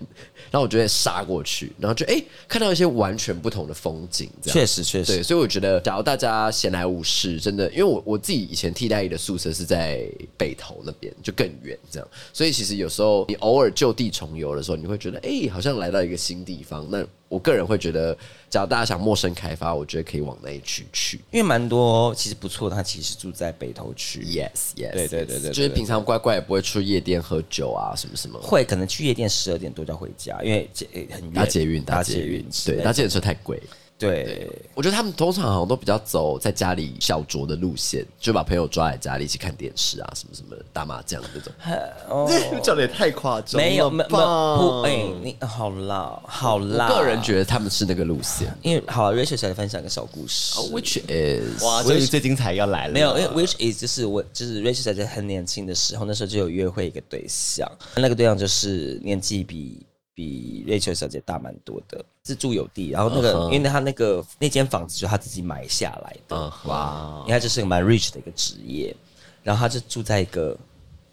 Speaker 2: 然后我就会杀过去，然后就哎、看到一些完全不同的风景，这样
Speaker 3: 确实确
Speaker 2: 对，
Speaker 3: 实，
Speaker 2: 所以我觉得，假如大家闲来无事，真的，因为我我自己以前替代役的宿舍是在北投那边，就更远这样，所以其实有时候你偶尔就地重游的时候，你会觉得，哎、好像来到一个新地方。那我个人会觉得，假如大家想陌生开发，我觉得可以往那一区去。
Speaker 3: 因为蛮多其实不错的，他其实住在北投区，
Speaker 2: Yes, yes，
Speaker 3: 对对对
Speaker 2: yes
Speaker 3: 对对
Speaker 2: 就是平常乖乖也不会去夜店喝酒啊，什么什么。
Speaker 3: 会可能去夜店十二点多就要回家，因为捷诶很远。
Speaker 2: 搭捷运，
Speaker 3: 搭
Speaker 2: 搭捷运，
Speaker 3: 之
Speaker 2: 对，
Speaker 3: 类的
Speaker 2: 搭捷运车太贵。
Speaker 3: 对。
Speaker 2: 我觉得他们通常好像都比较走在家里小酌的路线，就把朋友抓来家里一起看电视啊，什么什么的打麻将 这种。
Speaker 1: 这讲的也太夸张了吧，
Speaker 3: 哦没有没有没有不哎、你好啦好啦，
Speaker 2: 个人觉得他们是那个路 线、
Speaker 3: 因为好、啊、，Rachel 想分享一个小故事。
Speaker 2: w h i c h is
Speaker 1: 哇，终于最精彩要来了，
Speaker 3: 没有，因
Speaker 2: 啊
Speaker 3: 为 which is 就是我就是 Rachel 小姐很年轻的时候，那时候就有约会一个对象，那个对象就是年纪比比 Rachel 小姐大蛮多的，是住有地，然后那
Speaker 2: 嗯
Speaker 3: 个、因为她那个那间房子就是她自己买下来的，
Speaker 2: 嗯，哇，
Speaker 1: 哇，
Speaker 3: 因为她就是个蛮 rich 的一个职业，然后她就住在一个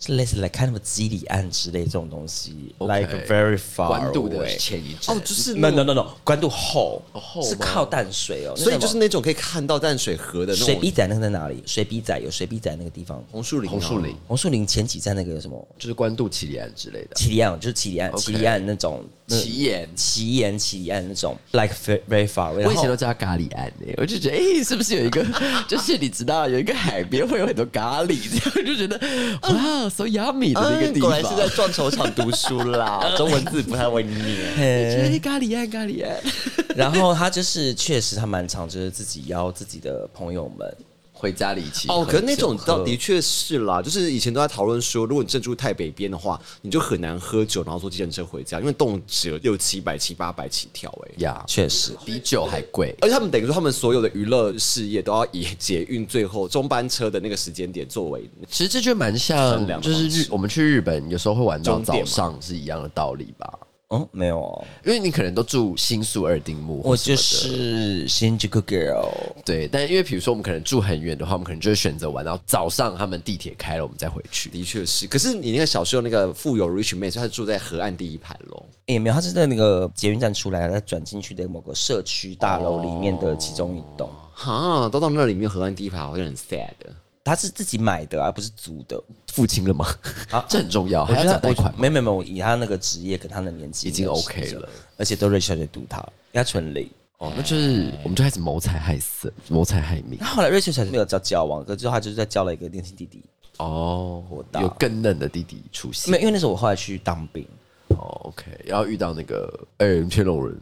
Speaker 3: 是类似 like kind of 基里案之类这种东西
Speaker 2: OK
Speaker 3: ，like very far
Speaker 2: 关渡的
Speaker 3: away
Speaker 2: 前一站
Speaker 1: 哦，就是那
Speaker 3: No
Speaker 1: 种
Speaker 3: no no no，关渡后
Speaker 2: 后
Speaker 3: 是
Speaker 2: 吗
Speaker 3: 靠淡水哦，
Speaker 1: 所以就是
Speaker 3: 那
Speaker 1: 那种可以看到淡水河的
Speaker 3: 什
Speaker 1: 那
Speaker 3: 么水
Speaker 1: 种
Speaker 3: 笔仔那个在哪里？水笔仔有水笔仔那个地方，
Speaker 1: 红树林、
Speaker 2: 红树林，，
Speaker 3: 红树林前几站那个有什么？
Speaker 2: 就是关渡奇里岸 之类的。
Speaker 3: 奇里岸就是奇里岸，奇里岸那种那
Speaker 2: 奇岩
Speaker 3: 奇岩奇里岸那种，like very very far away。
Speaker 2: 我以前
Speaker 3: 然
Speaker 2: 都
Speaker 3: 后
Speaker 2: 叫它咖喱岸呢、我就觉得，哎、是不是有一个， 就是你知道有一个海边会有很多咖喱，这样就觉 得，哇，so yummy
Speaker 3: 哎
Speaker 2: 的那个
Speaker 1: 哎
Speaker 2: 地
Speaker 1: 果
Speaker 2: 方。
Speaker 1: 然是在撞球场读书啦， 中文字不太会念。
Speaker 2: 觉 得咖喱岸，咖喱岸，
Speaker 3: 然后他就是确实他蛮常就是自己邀自己的朋友们，
Speaker 2: 回家里骑
Speaker 1: 哦，可是那种倒的确是啦，就是以前都在讨论说，如果你正住太北边的话，你就很难喝酒，然后坐计程车回家，因为动辄六七百、七八百起跳哎、
Speaker 2: 呀，
Speaker 3: 确实
Speaker 2: 比酒还贵。
Speaker 1: 而且他们等于说，他们所有的娱乐事业都要以捷运最后中班车的那个时间点作为
Speaker 2: 其实这就蛮
Speaker 1: 衡
Speaker 2: 像，
Speaker 1: 量
Speaker 2: 就是
Speaker 1: 方式
Speaker 2: 日我们去日本有时候会玩到
Speaker 1: 终点
Speaker 2: 早
Speaker 1: 嘛
Speaker 2: 上是一样的道理吧，
Speaker 3: 嗯没有哦，
Speaker 2: 因为你可能都住新宿二丁目或
Speaker 3: 我
Speaker 2: 什么
Speaker 3: 就
Speaker 2: 的，
Speaker 3: 是新 i 个 girl。
Speaker 2: 对，但因为比如说我们可能住很远的话，我们可能就会选择玩到早上，他们地铁开了，我们再回去。
Speaker 1: 的确是，可是你那个小时候那个富有 rich man，所以他是住在河岸第一排喽。
Speaker 3: 也没有，他是在那个捷运站出来，再转进去的某个社区大楼里面的其中一栋。
Speaker 1: 哦哈，都到那里面河岸第一排，好像很 sad。
Speaker 3: 他是自己买的、啊，而不是租的。
Speaker 2: 付清了吗？这很重要，
Speaker 3: 啊我
Speaker 2: 还
Speaker 3: 觉
Speaker 2: 要
Speaker 3: 得
Speaker 2: 找
Speaker 3: 他
Speaker 2: 贷款
Speaker 3: 我。没有没有没有，以他那个职业跟他的年纪
Speaker 2: 已经
Speaker 3: 应该是
Speaker 2: OK 了，
Speaker 3: 而且都 Rachel 在读他，因为他纯零。
Speaker 2: 哦，那就是
Speaker 3: 哎
Speaker 2: 我们就开始谋财害死，谋财害命
Speaker 3: 他。后来 Rachel 才没有交交往，可之后他就是在交了一个年轻弟弟。
Speaker 2: 哦
Speaker 3: 大，
Speaker 2: 有更嫩的弟弟出现
Speaker 3: 没。有，因为那时候我后来去当兵。
Speaker 2: 哦，OK，然后遇到那个哎，天龙人，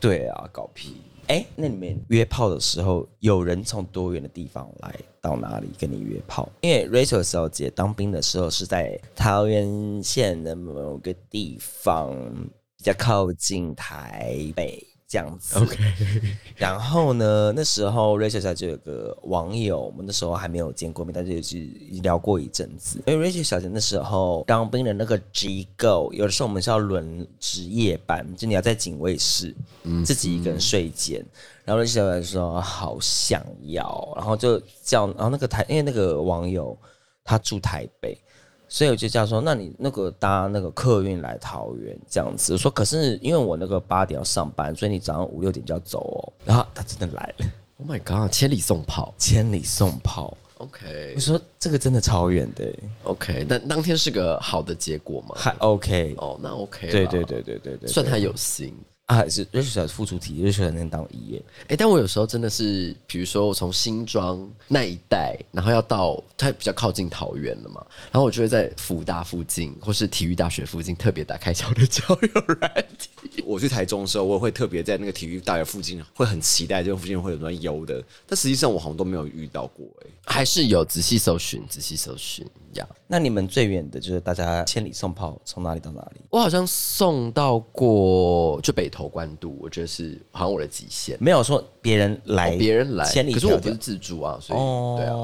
Speaker 3: 对啊，搞屁！哎、那你们约炮的时候，有人从多远的地方来到哪里跟你约炮？因为 Rachel 小姐当兵的时候是在桃园县的某个地方，比较靠近台北这样子。OK。然后呢，那时候 Rachel 小姐有个网友，我们那时候还没有见过面，但是也是聊过一阵子。因为 Rachel 小姐那时候当兵的那个机构，有的时候我们是要轮值夜班，就你要在警卫室，自己一个人睡一间。然后 Rachel 小姐说好想要，然后就叫，然后那个台，因为那个网友他住台北。所以我就叫说，那你那个搭那个客运来桃园这样子。我说，可是因为我那个八点要上班，所以你早上五六点就要走哦。然后他真的来了，
Speaker 2: ，Oh my God，千里送炮。
Speaker 3: 千里送炮。
Speaker 2: OK
Speaker 3: 我说这个真的超 远的、
Speaker 2: OK，那当天是个好的结果吗？
Speaker 3: 还 OK。
Speaker 2: 哦，那 OK，啦
Speaker 3: 对对，对对对对，
Speaker 2: 算他有心。
Speaker 3: 啊，还是瑞雪小付出题，瑞雪小能当一夜，
Speaker 2: 哎、但我有时候真的是，比如说我从新庄那一带，然后要到它比较靠近桃园了嘛，然后我就会在福大附近或是体育大学附近特别打开小的交友软体。
Speaker 1: 我去台中的时候，我也会特别在那个体育大学附近，会很期待这个附近会有人游的，但实际上我好像都没有遇到过哎、
Speaker 2: 还是有仔细搜寻，仔细搜寻呀。
Speaker 3: 那你们最远的就是大家千里送炮，从哪里到哪里？
Speaker 2: 我好像送到过就北投关渡，我觉得是好像我的极限。
Speaker 3: 没有说别人来，
Speaker 2: 哦别人来，
Speaker 3: 嗯千里
Speaker 2: 可是
Speaker 3: 迢
Speaker 2: 我
Speaker 3: 迢
Speaker 2: 不是自助啊，所以、
Speaker 3: 哦，
Speaker 2: 对啊，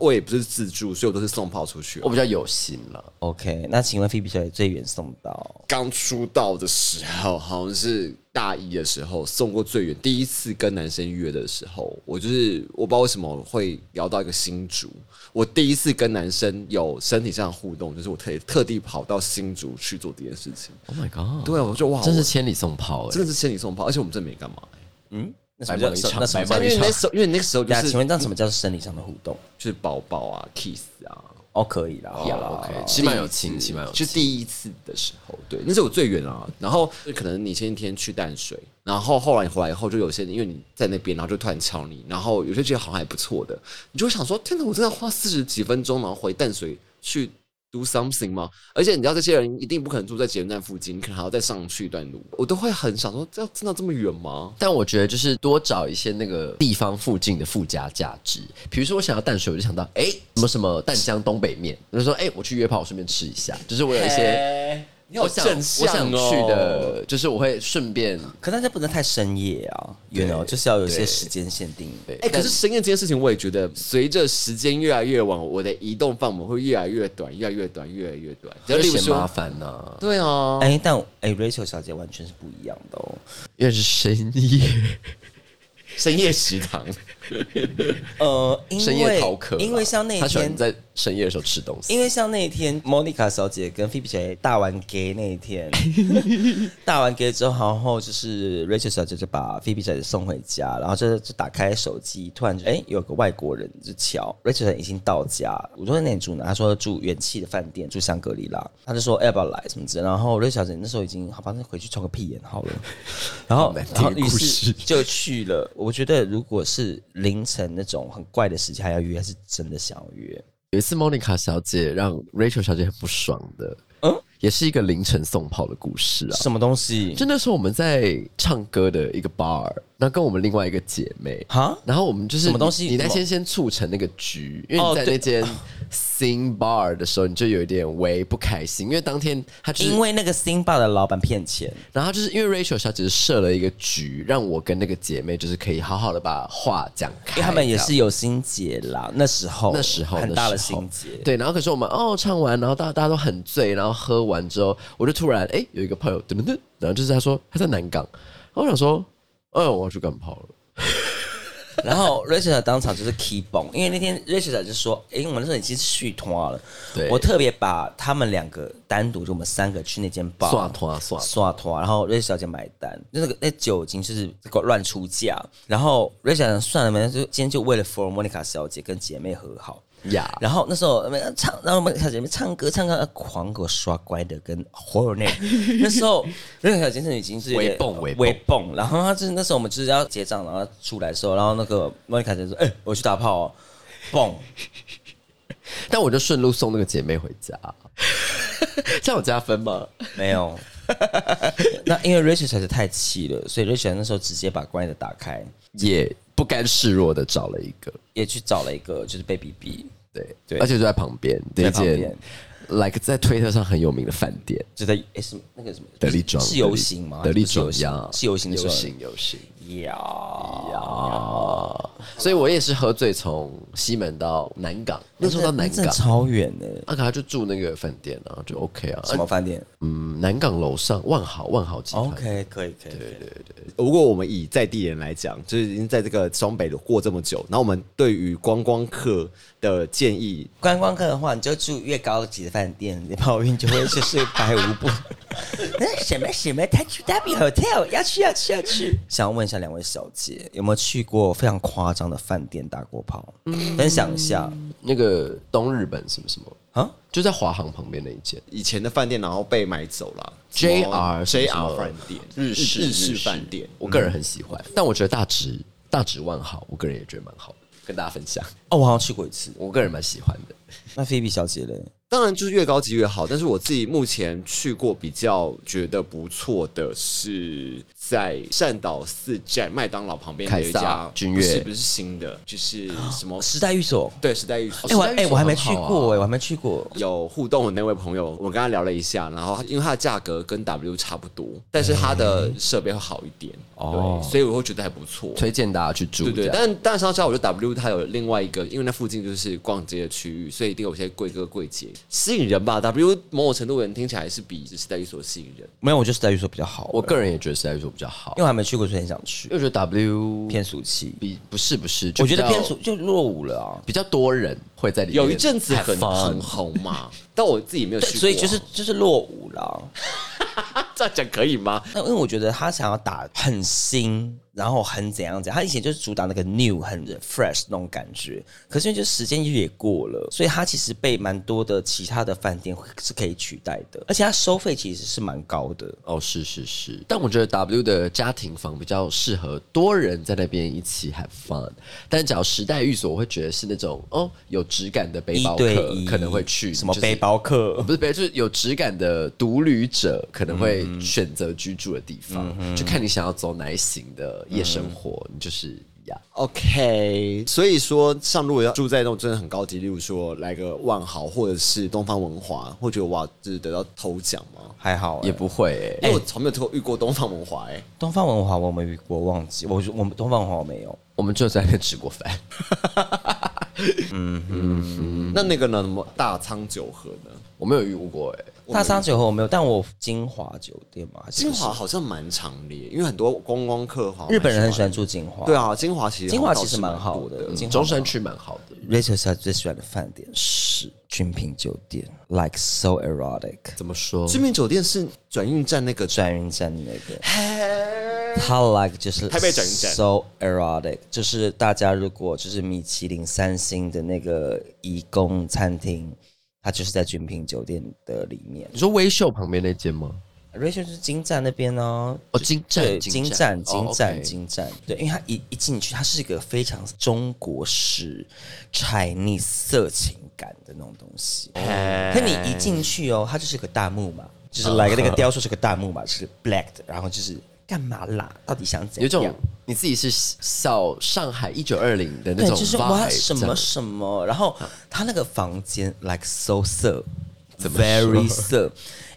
Speaker 1: 我也不是自助，所以我都是送炮出去啊
Speaker 2: 我。比较有心了。
Speaker 3: OK，那请问菲比小姐最远送到？
Speaker 1: 刚出道的时候，好像是大一的时候送过最远。第一次跟男生约的时候，我就是我不知道为什么会聊到一个新竹。我第一次跟男生有身体上的互动，就是我特特地跑到新竹去做这件事情。
Speaker 2: Oh my god，
Speaker 1: 对，我就哇，
Speaker 2: 真是
Speaker 1: 我
Speaker 2: 千里送炮哎、
Speaker 1: 啊真的是千里送炮，而且我们真的没干嘛、
Speaker 3: 那什么
Speaker 2: 白
Speaker 3: 叫
Speaker 2: 忙一场
Speaker 3: 那什么
Speaker 2: 白
Speaker 3: 叫
Speaker 2: 忙
Speaker 1: 因
Speaker 2: 一
Speaker 1: 为
Speaker 2: 场
Speaker 1: 那时候，因为那个时候就
Speaker 3: 呀？
Speaker 1: 是
Speaker 3: 啊请问那什么
Speaker 2: 嗯
Speaker 3: 叫生理上的互动？
Speaker 1: 就是抱抱啊、kiss 啊，
Speaker 3: 哦，可以啦，好
Speaker 2: 呀
Speaker 3: 啦
Speaker 2: OK，起码有情，
Speaker 1: 第一次
Speaker 2: 起码有
Speaker 1: 就
Speaker 2: 情。
Speaker 1: 第一次的时候，对，那是我最远啊。然后可能你前一天去淡水，然后后来你回来以后，就有些人因为你在那边，然后就突然敲你，然后有些觉得好像还不错的，你就会想说，天哪，我真的花四十几分钟，然后回淡水去 do something 吗？而且你知道这些人一定不可能住在捷运站附近，你可能还要再上去一段路，我都会很想说，这要真的这么远吗？
Speaker 2: 但我觉得就是多找一些那个地方附近的附加价值，比如说我想要淡水，我就想到哎、诶什么什么淡江东北面，我就说哎、诶我去约炮，我顺便吃一下，就是我有一些
Speaker 1: 哎你
Speaker 2: 我想我想
Speaker 1: 哦
Speaker 2: 去，的，就是我会顺便
Speaker 3: 可大家不能太深夜啊，you know，就是要有一些时间限定。对，
Speaker 1: 哎、可是深夜这件事情，我也觉得随着时间越来越晚，我的移动范围会越来越短，越来越短，越来越短。就
Speaker 2: 就
Speaker 1: 例如
Speaker 2: 嫌麻
Speaker 1: 说，
Speaker 2: 烦呢、
Speaker 1: 对啊，
Speaker 3: 哎，但哎，Rachel 小姐完全是不一样的哦。
Speaker 2: 因为是深夜，
Speaker 1: 深夜食堂，
Speaker 3: 呃，因 为
Speaker 2: 深夜逃课啦，啊
Speaker 3: 因为像那
Speaker 2: 他喜
Speaker 3: 天嗯
Speaker 2: 欢在深夜的时候吃东西，
Speaker 3: 因为像那一天，Monica 小姐跟 Phoebe 小姐大玩 gay 那 一天，大完 gay 之后，然后就是 Rachel 小姐就把 Phoebe 小姐送回家，然后就就打开手机，突然就哎、有个外国人就瞧 Rachel 小姐已经到家，我说那你住哪？她说住元气的饭店，住香格里拉。她就说、哎要不要来什么之类的，然后 Rachel 小姐那时候已经好吧，那回去抽个屁眼好了。然后
Speaker 2: 好难听
Speaker 3: 然后
Speaker 2: 的
Speaker 3: 于
Speaker 2: 故
Speaker 3: 是
Speaker 2: 事
Speaker 3: 就去了。我觉得如果是凌晨那种很怪的时间还要约，还是真的想要约。
Speaker 2: 有一次 Monica 小姐让 Rachel 小姐很不爽的，
Speaker 3: 嗯
Speaker 2: 嗯，也是一个凌晨送炮的故事啊。
Speaker 3: 什么东西？
Speaker 2: 就那时候我们在唱歌的一个 bar，那跟我们另外一个姐妹，
Speaker 3: 哈
Speaker 2: 然后我们就是
Speaker 3: 什么东西
Speaker 2: 你你那
Speaker 3: 什么
Speaker 2: 天先促成那个局，因为
Speaker 3: 哦
Speaker 2: 你在
Speaker 3: 对
Speaker 2: 那间 sing bar 的时候，你就有一点微不开心，因为当天他就是
Speaker 3: 因为那个 Sing Bar 的老板骗钱，
Speaker 2: 然后就是因为 Rachel 小姐设了一个局，让我跟那个姐妹就是可以好好的把话讲开。
Speaker 3: 因为他们也
Speaker 2: 这样
Speaker 3: 是有心结啦。那时候，
Speaker 2: 那时候
Speaker 3: 很大的
Speaker 2: 那时候
Speaker 3: 心结。
Speaker 2: 对，然后可是我们哦唱完，然后大大家都很醉，然后喝完之后，我就突然哎有一个朋友噔噔噔，然后就是他说他在南港，然后我想说，哦我要去干炮了，
Speaker 3: 然后 Rachel 当场就是 key 崩，因为那天 Rachel 就说：“哎、我们那时候已经是续团了。”
Speaker 2: 对
Speaker 3: 我特别把他们两个单独，就我们三个去那间 bar
Speaker 2: 算团算
Speaker 3: 刷团，然后 Rachel 小姐买单，那个那酒精就是乱出价，然后 Rachel 小姐算了没，就今天就为了 For Monica 小姐跟姐妹和好。
Speaker 2: 呀
Speaker 3: 然后那时候我们唱，然后我们小姐妹唱歌唱歌，狂给我刷乖的跟 horror 那那时候那个小先生已经是有点
Speaker 2: 微蹦微蹦
Speaker 3: 微蹦，然后他就是那时候我们就是要结账，然后出来的时候，然后那个莫妮卡姐说：“哎、我去打炮哦。”蹦，
Speaker 2: 但我就顺路送那个姐妹回 家，这样有加分吗？
Speaker 3: 没有。那因为 Rachel 小姐太气了，所以 Rachel 那时候直接把关的打开，
Speaker 2: 也不甘示弱的找了一个，
Speaker 3: 也去找了一个就是被 B B，
Speaker 2: 对
Speaker 3: 对
Speaker 2: 而且就在旁边，
Speaker 3: 在
Speaker 2: 这
Speaker 3: 旁边
Speaker 2: 间 like 在推特上很有名的饭 店。
Speaker 3: 就在哎什么那个什么
Speaker 2: 德利庄
Speaker 3: 是游行吗？
Speaker 2: 德利
Speaker 3: 不是
Speaker 2: 庄
Speaker 3: 游
Speaker 2: 呀
Speaker 3: 行，是游行的时
Speaker 2: 游
Speaker 3: 候
Speaker 2: 行游行
Speaker 3: 呀。哦
Speaker 2: 啊！所以我也是喝醉从西门到南港，那时候到南
Speaker 3: 真的
Speaker 2: 港，
Speaker 3: 超远的、
Speaker 2: 阿卡就住那个饭店啊，就 OK 啊。
Speaker 3: 什么饭店
Speaker 2: 嗯，南港楼上万豪万豪集团。
Speaker 3: 呃哦？OK，可以可以。对对，
Speaker 1: 如果我们以在地人来讲，就是已经在这个双北过这么久，然后我们对于观光客的建议，
Speaker 3: 观光客的话，你就住越高级的饭店，你泡运就会就是百无不。 那什么什么 t a c h W Hotel 要去要去要去。想问一下两位小姐，有没有去过非常夸张的饭店打过炮？分享一下
Speaker 2: 那个东日本什么什么，
Speaker 3: 啊！
Speaker 2: 就在华航旁边那一间。
Speaker 1: 以前的饭店然后被买走了
Speaker 2: JR 什么什
Speaker 1: JR
Speaker 2: 么
Speaker 1: 饭店，
Speaker 2: 日式
Speaker 1: 日式嗯饭店，
Speaker 2: 我个人很喜欢，但我觉得大直大直万豪，我个人也觉得蛮好的，跟大家分享，
Speaker 3: 哦，我好像去过一次。
Speaker 2: 我个人蛮喜欢的。
Speaker 3: 那菲比小姐嘞？
Speaker 1: 当然就是越高级越好，但是我自己目前去过比较觉得不错的是在善导寺站麦当劳旁边有一
Speaker 2: 凯
Speaker 1: 家
Speaker 2: 撒君
Speaker 1: 不是
Speaker 2: 悦
Speaker 1: 不是新的，就是什么
Speaker 3: 时代寓所。
Speaker 1: 对时代浴
Speaker 3: 哦哎、我
Speaker 2: 时代寓
Speaker 3: 哎、
Speaker 2: 所
Speaker 3: 我还没
Speaker 2: 很
Speaker 3: 去
Speaker 2: 好啊
Speaker 3: 过哎、我还没去过。
Speaker 1: 有互动的那位朋友，我跟他聊了一下，然后因为它的价格跟 W 差不多，但是它的设备会好一点，
Speaker 3: 哦
Speaker 1: 对，所以我会觉得还不错。
Speaker 2: 推荐大家去住，
Speaker 1: 对对，
Speaker 2: 这样
Speaker 1: 但但是要知道，我觉得 W 它有另外一个，因为那附近就是逛街的区域，所以一定有些贵哥贵姐吸引人吧。W 某种程度人听起来是比时代寓所吸引人。
Speaker 3: 没有，我觉得时代寓所比较好。
Speaker 2: 我
Speaker 3: 我
Speaker 2: 个人也觉得时代寓所比较好
Speaker 3: 因为，我还没去过，所以很想去
Speaker 2: 因。为我觉得 W
Speaker 3: 偏俗气，
Speaker 2: 比不是不是，就
Speaker 3: 我觉得
Speaker 2: 比较
Speaker 3: 偏俗就落伍了啊。
Speaker 2: 比较多人会在里面，
Speaker 1: 有一阵子很
Speaker 2: have fun
Speaker 1: 很红嘛，但我自己没有去过
Speaker 3: 对，
Speaker 1: 啊，
Speaker 3: 所以就是就是落伍了。哦
Speaker 1: 这样讲可以吗？
Speaker 3: 那因为我觉得他想要打很新，然后很怎样怎样，他以前就是主打那个 new 很 fresh 那种感觉。可是因为就是时间也过了，所以他其实被蛮多的其他的饭店会是可以取代的，而且他收费其实是蛮高的。
Speaker 2: 哦，是是是，但我觉得 W 的家庭房比较适合多人在那边一起 have fun。但假如时代寓所，我会觉得是那种哦有质感的背
Speaker 3: 一
Speaker 2: 包
Speaker 3: 对
Speaker 2: 客
Speaker 3: 一
Speaker 2: 可能会去
Speaker 3: 什么
Speaker 2: 就是
Speaker 3: 背包客，
Speaker 2: 不是别人，就是有质感的独旅者可能会选择居住的地方，就看你想要走哪一型的夜生活，你就是呀。
Speaker 1: OK，所以说上路要住在那种真的很高级，例如说来个万豪或者是东方文华，会觉得哇，就是得到头奖吗？
Speaker 3: 还好、
Speaker 2: 也不会、欸，
Speaker 1: 因为我从没有遇过东方文华、欸，
Speaker 3: 东方文华我没遇过，忘记我我们东方文华我没有。
Speaker 2: 我们就在那边吃过饭，
Speaker 1: 那那个呢？什么大仓九和呢？
Speaker 2: 我没有遇过哎、
Speaker 3: 大商酒和我没有，但我金华酒店嘛，还是
Speaker 1: 金
Speaker 3: 不是
Speaker 1: 华好像蛮常的耶，因为很多观光客好像
Speaker 3: 日本人很喜
Speaker 1: 喜欢
Speaker 3: 欢住金华，
Speaker 1: 对啊，金华其实
Speaker 3: 金华
Speaker 1: 倒
Speaker 3: 其实
Speaker 1: 是
Speaker 3: 蛮好
Speaker 1: 多
Speaker 3: 的，金华
Speaker 2: 中山区蛮好的。
Speaker 3: Rachel 小姐最喜欢的饭店是君品酒店，like so erotic，
Speaker 2: 怎么说？
Speaker 1: 知名酒店是转运站那个转，
Speaker 3: 转运站那个，他 like 就是
Speaker 1: 台北转运站
Speaker 3: ，so erotic，就是大家如果就是米其林三星的那个怡宫餐厅，它就是在君品酒店的里面。
Speaker 2: 你说微秀旁边那间吗？
Speaker 3: Rachel 就是金站那边哦，
Speaker 2: 哦，金
Speaker 3: 对，
Speaker 2: 站，
Speaker 3: 金站，
Speaker 2: 站，
Speaker 3: 金
Speaker 2: 哦
Speaker 3: 站，
Speaker 2: ，OK
Speaker 3: 金站，对，因为它一一进去，它是一个非常中国式 Chinese 色情感的那种东西。可你一进去哦，它就是个大木马，
Speaker 2: 哦
Speaker 3: 就是来个那个雕塑是个大木马，是 black 的，然后就是干嘛啦？到底想怎
Speaker 2: 有一
Speaker 3: 样
Speaker 2: 种？你自己是小上海一九二零的那
Speaker 3: 对，
Speaker 2: 种
Speaker 3: 就是哇
Speaker 2: vibe，这
Speaker 3: 什么
Speaker 2: 样嗯
Speaker 3: 什么，然后他那个房间 like so 色，怎么 very 色，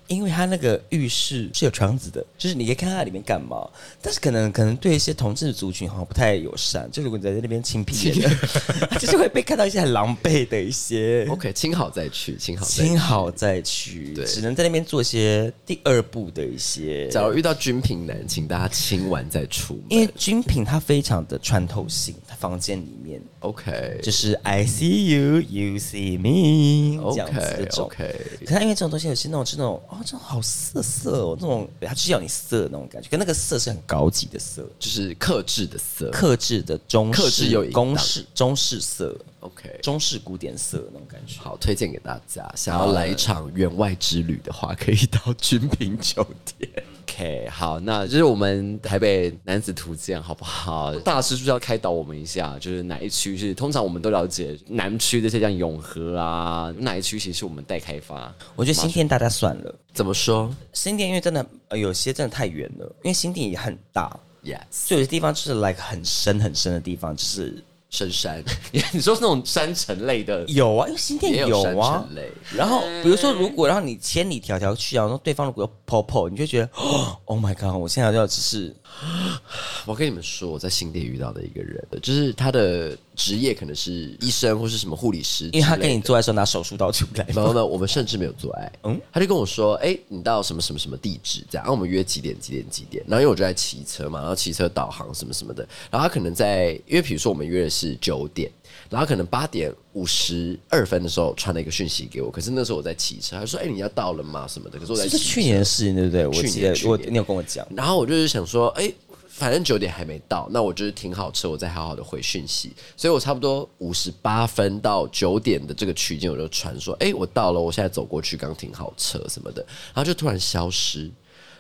Speaker 3: 因为他那个浴室是有窗子的，就是你可以看它里面干嘛，但是可能可能对一些同志族群好像不太友善，就如果你在那边亲屁眼， 就是会被看到一些很狼狈的一些。
Speaker 2: OK，亲好再去，亲好再去。
Speaker 3: 亲好再去，
Speaker 2: 对
Speaker 3: 只能在那边做一些第二步的一些
Speaker 2: 假如遇到军品男，请大家亲完再出门。
Speaker 3: 因为军品它非常的穿透性，它房间里面
Speaker 2: OK，
Speaker 3: 就是 I see you, you see me 这样子的
Speaker 2: OK
Speaker 3: 这种。
Speaker 2: OK，
Speaker 3: 可它因为这种东西有些那种是那种哦，这种好色色哦，那种它就是要你色的那种感觉，可那个色是很高级的色，
Speaker 2: 就是克制的色。
Speaker 3: 克制的中式
Speaker 2: 克制有淫荡
Speaker 3: 公式中式色，
Speaker 2: OK，
Speaker 3: 中式古典色那种感觉。
Speaker 2: 好，推荐给大家。想要来一场员外之旅的话，可以到军品酒店。
Speaker 1: OK，好，那这是我们台北男子图鉴，好不 好？大师是不是要开导我们一下？就是哪一区是通常我们都了解南区这些像永和 啊，哪一区其实是我们待开发？
Speaker 3: 我觉得新店大家算了，
Speaker 2: 怎么说
Speaker 3: 新店因为真的、呃、有些真的太远了，因为新店也很大，
Speaker 2: ？Yes，
Speaker 3: 所以有些地方就是 like 很深很深的地方，就是
Speaker 2: 深山
Speaker 1: 你说是那种山城类的，
Speaker 3: 有啊，因为新店
Speaker 2: 也
Speaker 3: 有
Speaker 2: 有山
Speaker 3: 啊
Speaker 2: 城。类。
Speaker 3: 然后比如说，如果让你千里迢迢去啊，然后对方如果有 popo，你就觉得 哦 oh my god，我现在要只是
Speaker 2: 我跟你们说，我在新店遇到的一个人，就是他的职业可能是医生或是什么护理师之类的，
Speaker 3: 因为他跟你做爱的时候拿手术刀出来，
Speaker 2: 然后呢，我们甚至没有做爱。嗯，他就跟我说：“哎、你到什么什么什么地址这样？然、啊后我们约几点几点几点？”然后因为我就在骑车嘛，然后骑车导航什么什么的。然后他可能在，因为比如说我们约的是九点，然后可能八点五十二分的时候传了一个讯息给我，可是那时候我在骑车，他说：“哎、你要到了吗？什么的？”可是我在
Speaker 3: 这
Speaker 2: 骑
Speaker 3: 是
Speaker 2: 车
Speaker 3: 去年的事情，对不对？我记
Speaker 2: 去
Speaker 3: 得
Speaker 2: 年去
Speaker 3: 我
Speaker 2: 年
Speaker 3: 你有跟我讲，
Speaker 2: 然后我就是想说，哎、反正九点还没到，那我就是停好车，我再好好的回讯息。所以我差不多五十八分到九点的这个区间，我就传说，哎、我到了，我现在走过去，刚停好车什么的，然后就突然消失，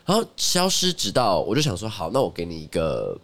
Speaker 2: 然后消失，直到我就想说，好，那我给你一个。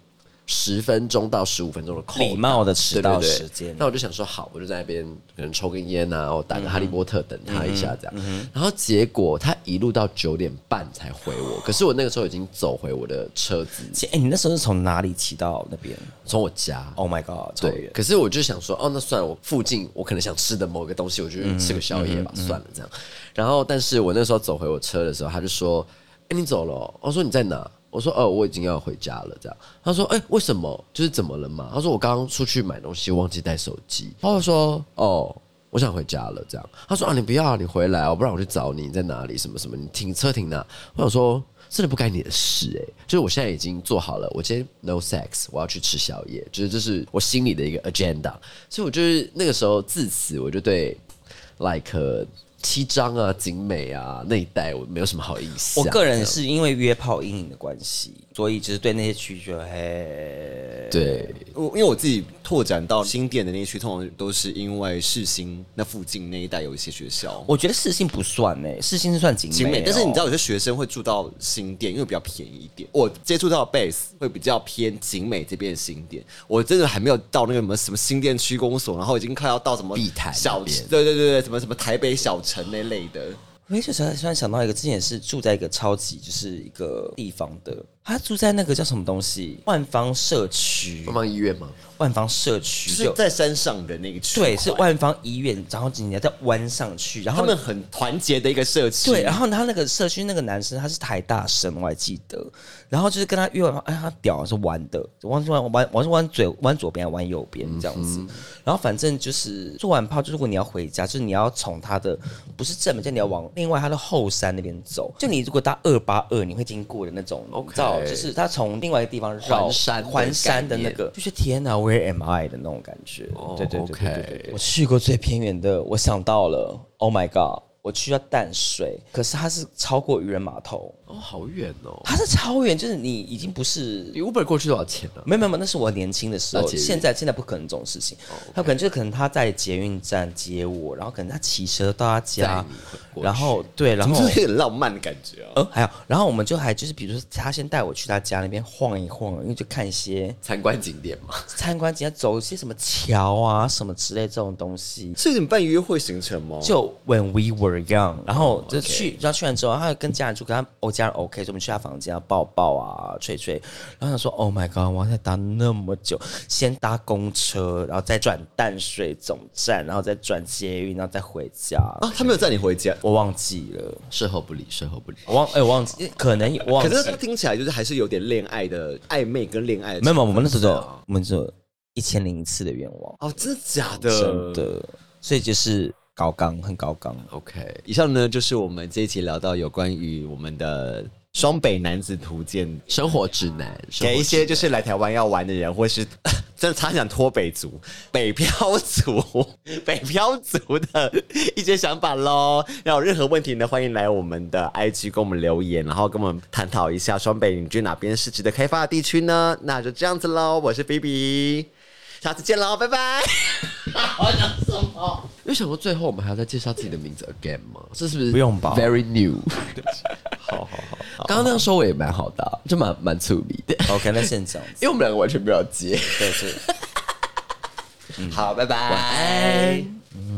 Speaker 2: 十分钟到十五分钟的空档
Speaker 3: 礼貌的迟到
Speaker 2: 对对对
Speaker 3: 时间
Speaker 2: 那我就想说，好，我就在那边嗯可能抽根烟啊，我打个哈利波特等他一下这样。然后结果他一路到九点半才回我，可是我那个时候已经走回我的车子，
Speaker 3: 其实哎，你那时候是从哪里骑到那边
Speaker 2: 从我家。
Speaker 3: ？Oh my god，超
Speaker 2: 对
Speaker 3: 远，。
Speaker 2: 可是我就想说，哦，那算了，我附近我可能想吃的某个东西，我就去吃个宵夜吧，算了这样。然后，但是我那时候走回我车的时候，他就说：“哎、你走了哦、我说：“你在哪？”我说：“哦，我已经要回家了。”这样，他说：“哎、为什么？就是怎么了嘛？”他说：“我刚刚出去买东西，忘记带手机。”然后我说：“哦。”我想回家了，这样。他说啊，你不要、啊，你回来啊，我不然我去找你，你在哪里？什么什么？你停车停哪？我想说，真的不该你的事哎、就是我现在已经做好了，我今天 no sex，我要去吃宵夜，就是这是我心里的一个 agenda。所以我就是那个时候，自此我就对 like 呃七张啊、景美啊那一带，我没有什么好印啊象。
Speaker 3: 我个人是因为约炮阴影的关系，所以就是对那些区觉得嘿，
Speaker 2: 对
Speaker 1: 我因为我自己拓展到新店的那一区，通常都是因为世新那附近那一带有一些学校。
Speaker 3: 我觉得世新不算呢，世新是算景
Speaker 1: 景
Speaker 3: 美
Speaker 1: 美，
Speaker 3: 哦，
Speaker 1: 但是你知道有些学生会住到新店，因为比较便宜一点。我接触到的 base 会比较偏景美这边的新店，我真的还没有到那个什么什么新店区公所，然后已经快要到什么
Speaker 2: 碧潭那
Speaker 1: 小
Speaker 2: 边
Speaker 1: 对对对对，什么什么台北小城那类的。
Speaker 3: 我也就突然突然想到一个，之前也是住在一个超级就是一个地方的，他住在那个叫什么东西万方社区
Speaker 2: 帮，忙医院吗？
Speaker 3: 万方社区
Speaker 1: 就是在山上的那个区块，
Speaker 3: 对，是万方医院，然后人家在弯上去，然
Speaker 1: 他
Speaker 3: 后
Speaker 1: 们很团结的一个社区。
Speaker 3: 对，然后他那个社区那个男生他是台大生，我还记得，然后就是跟他约完，哎，他屌是弯的，弯弯弯弯是弯嘴弯左边还是弯右边这样子，然后反正就是做完炮，就如果你要回家，就是你要从他的不是正门，就你要往另外他的后山那边走，就你如果搭二八二，你会经过的那种，你知道，
Speaker 2: OK
Speaker 3: 就是他从另外一个地方绕
Speaker 2: 环山的
Speaker 3: 环山的
Speaker 2: 概
Speaker 3: 那
Speaker 2: 念
Speaker 3: 个，就是天哪，Where am I 的那种感觉，
Speaker 2: 哦
Speaker 3: 对对对对对
Speaker 2: OK
Speaker 3: 对对我去过最偏远的，我想到了，Oh my god！我去到淡水，可是它是超过渔人码头，
Speaker 2: 哦，好远哦！
Speaker 3: 它是超远，就是你已经不是
Speaker 2: 你 Uber 过去多少钱呢、啊？
Speaker 3: 没有没有，没有那是我年轻的时候
Speaker 2: 那，捷运哦
Speaker 3: 现在现在不可能这种事情。他可能就是可能他在捷运站接我，然后可能他骑车到他家
Speaker 2: 载你回，过去
Speaker 3: 然后对，然
Speaker 1: 怎么
Speaker 3: 后
Speaker 1: 就有点浪漫的感觉啊？
Speaker 3: 呃还有，然后我们就还就是比如说他先带我去他家那边晃一晃，因为就看一些
Speaker 2: 参观景点嘛，
Speaker 3: 参观景点，走一些什么桥啊什么之类这种东西。
Speaker 1: 是你们办约会行程吗？
Speaker 3: 就 When we were young，然后就去，然后去完之后，他跟家人住，跟他我家人 OK，所以我们去他房间啊抱抱啊，吹吹，然后想说 Oh my God，我要再搭那么久，先搭公车，然后再转淡水总站，然后再转捷运，然后再回家。
Speaker 1: 啊，他没有载你回家，
Speaker 3: 我忘记了，
Speaker 2: 事后不理，事后不理。
Speaker 3: 我忘，哎、我忘记，可能我忘
Speaker 1: 可
Speaker 3: 记
Speaker 1: 是，他听起来就是还是有点恋爱的暧昧跟恋爱的成分。啊
Speaker 3: 没有，没有我们那时候就我们就一千零一次的愿望，
Speaker 1: 哦，真的假的？
Speaker 3: 真。的，所以就是高纲，很高纲。
Speaker 2: OK，
Speaker 1: 以上呢，就是我们这一期聊到有关于我们的双北男子图鉴，呃
Speaker 2: 生活指南，生活
Speaker 1: 给一
Speaker 2: 指
Speaker 1: 些就是来台湾要玩的人，或是真的差点讲脱北族、北漂族、 北漂族的一些想法喽。那有任何问题呢，欢迎来我们的 IG 跟我们留言，然后跟我们探讨一下双北，你觉得哪边是值得开发的地区呢？那就这样子喽，我是比比，下次见喽，拜拜。
Speaker 2: 因为想说最后我们还要再介绍自己的名字 again 吗？这是不是
Speaker 3: 不用吧
Speaker 2: ？Very new。好好好，刚刚那样说我也蛮好的啊、就蛮蛮粗鄙的，
Speaker 3: OK，那现场，
Speaker 2: 因为我们两个完全不了解。
Speaker 3: 对，是。
Speaker 1: 嗯好，拜拜，晚
Speaker 2: 安。
Speaker 3: 嗯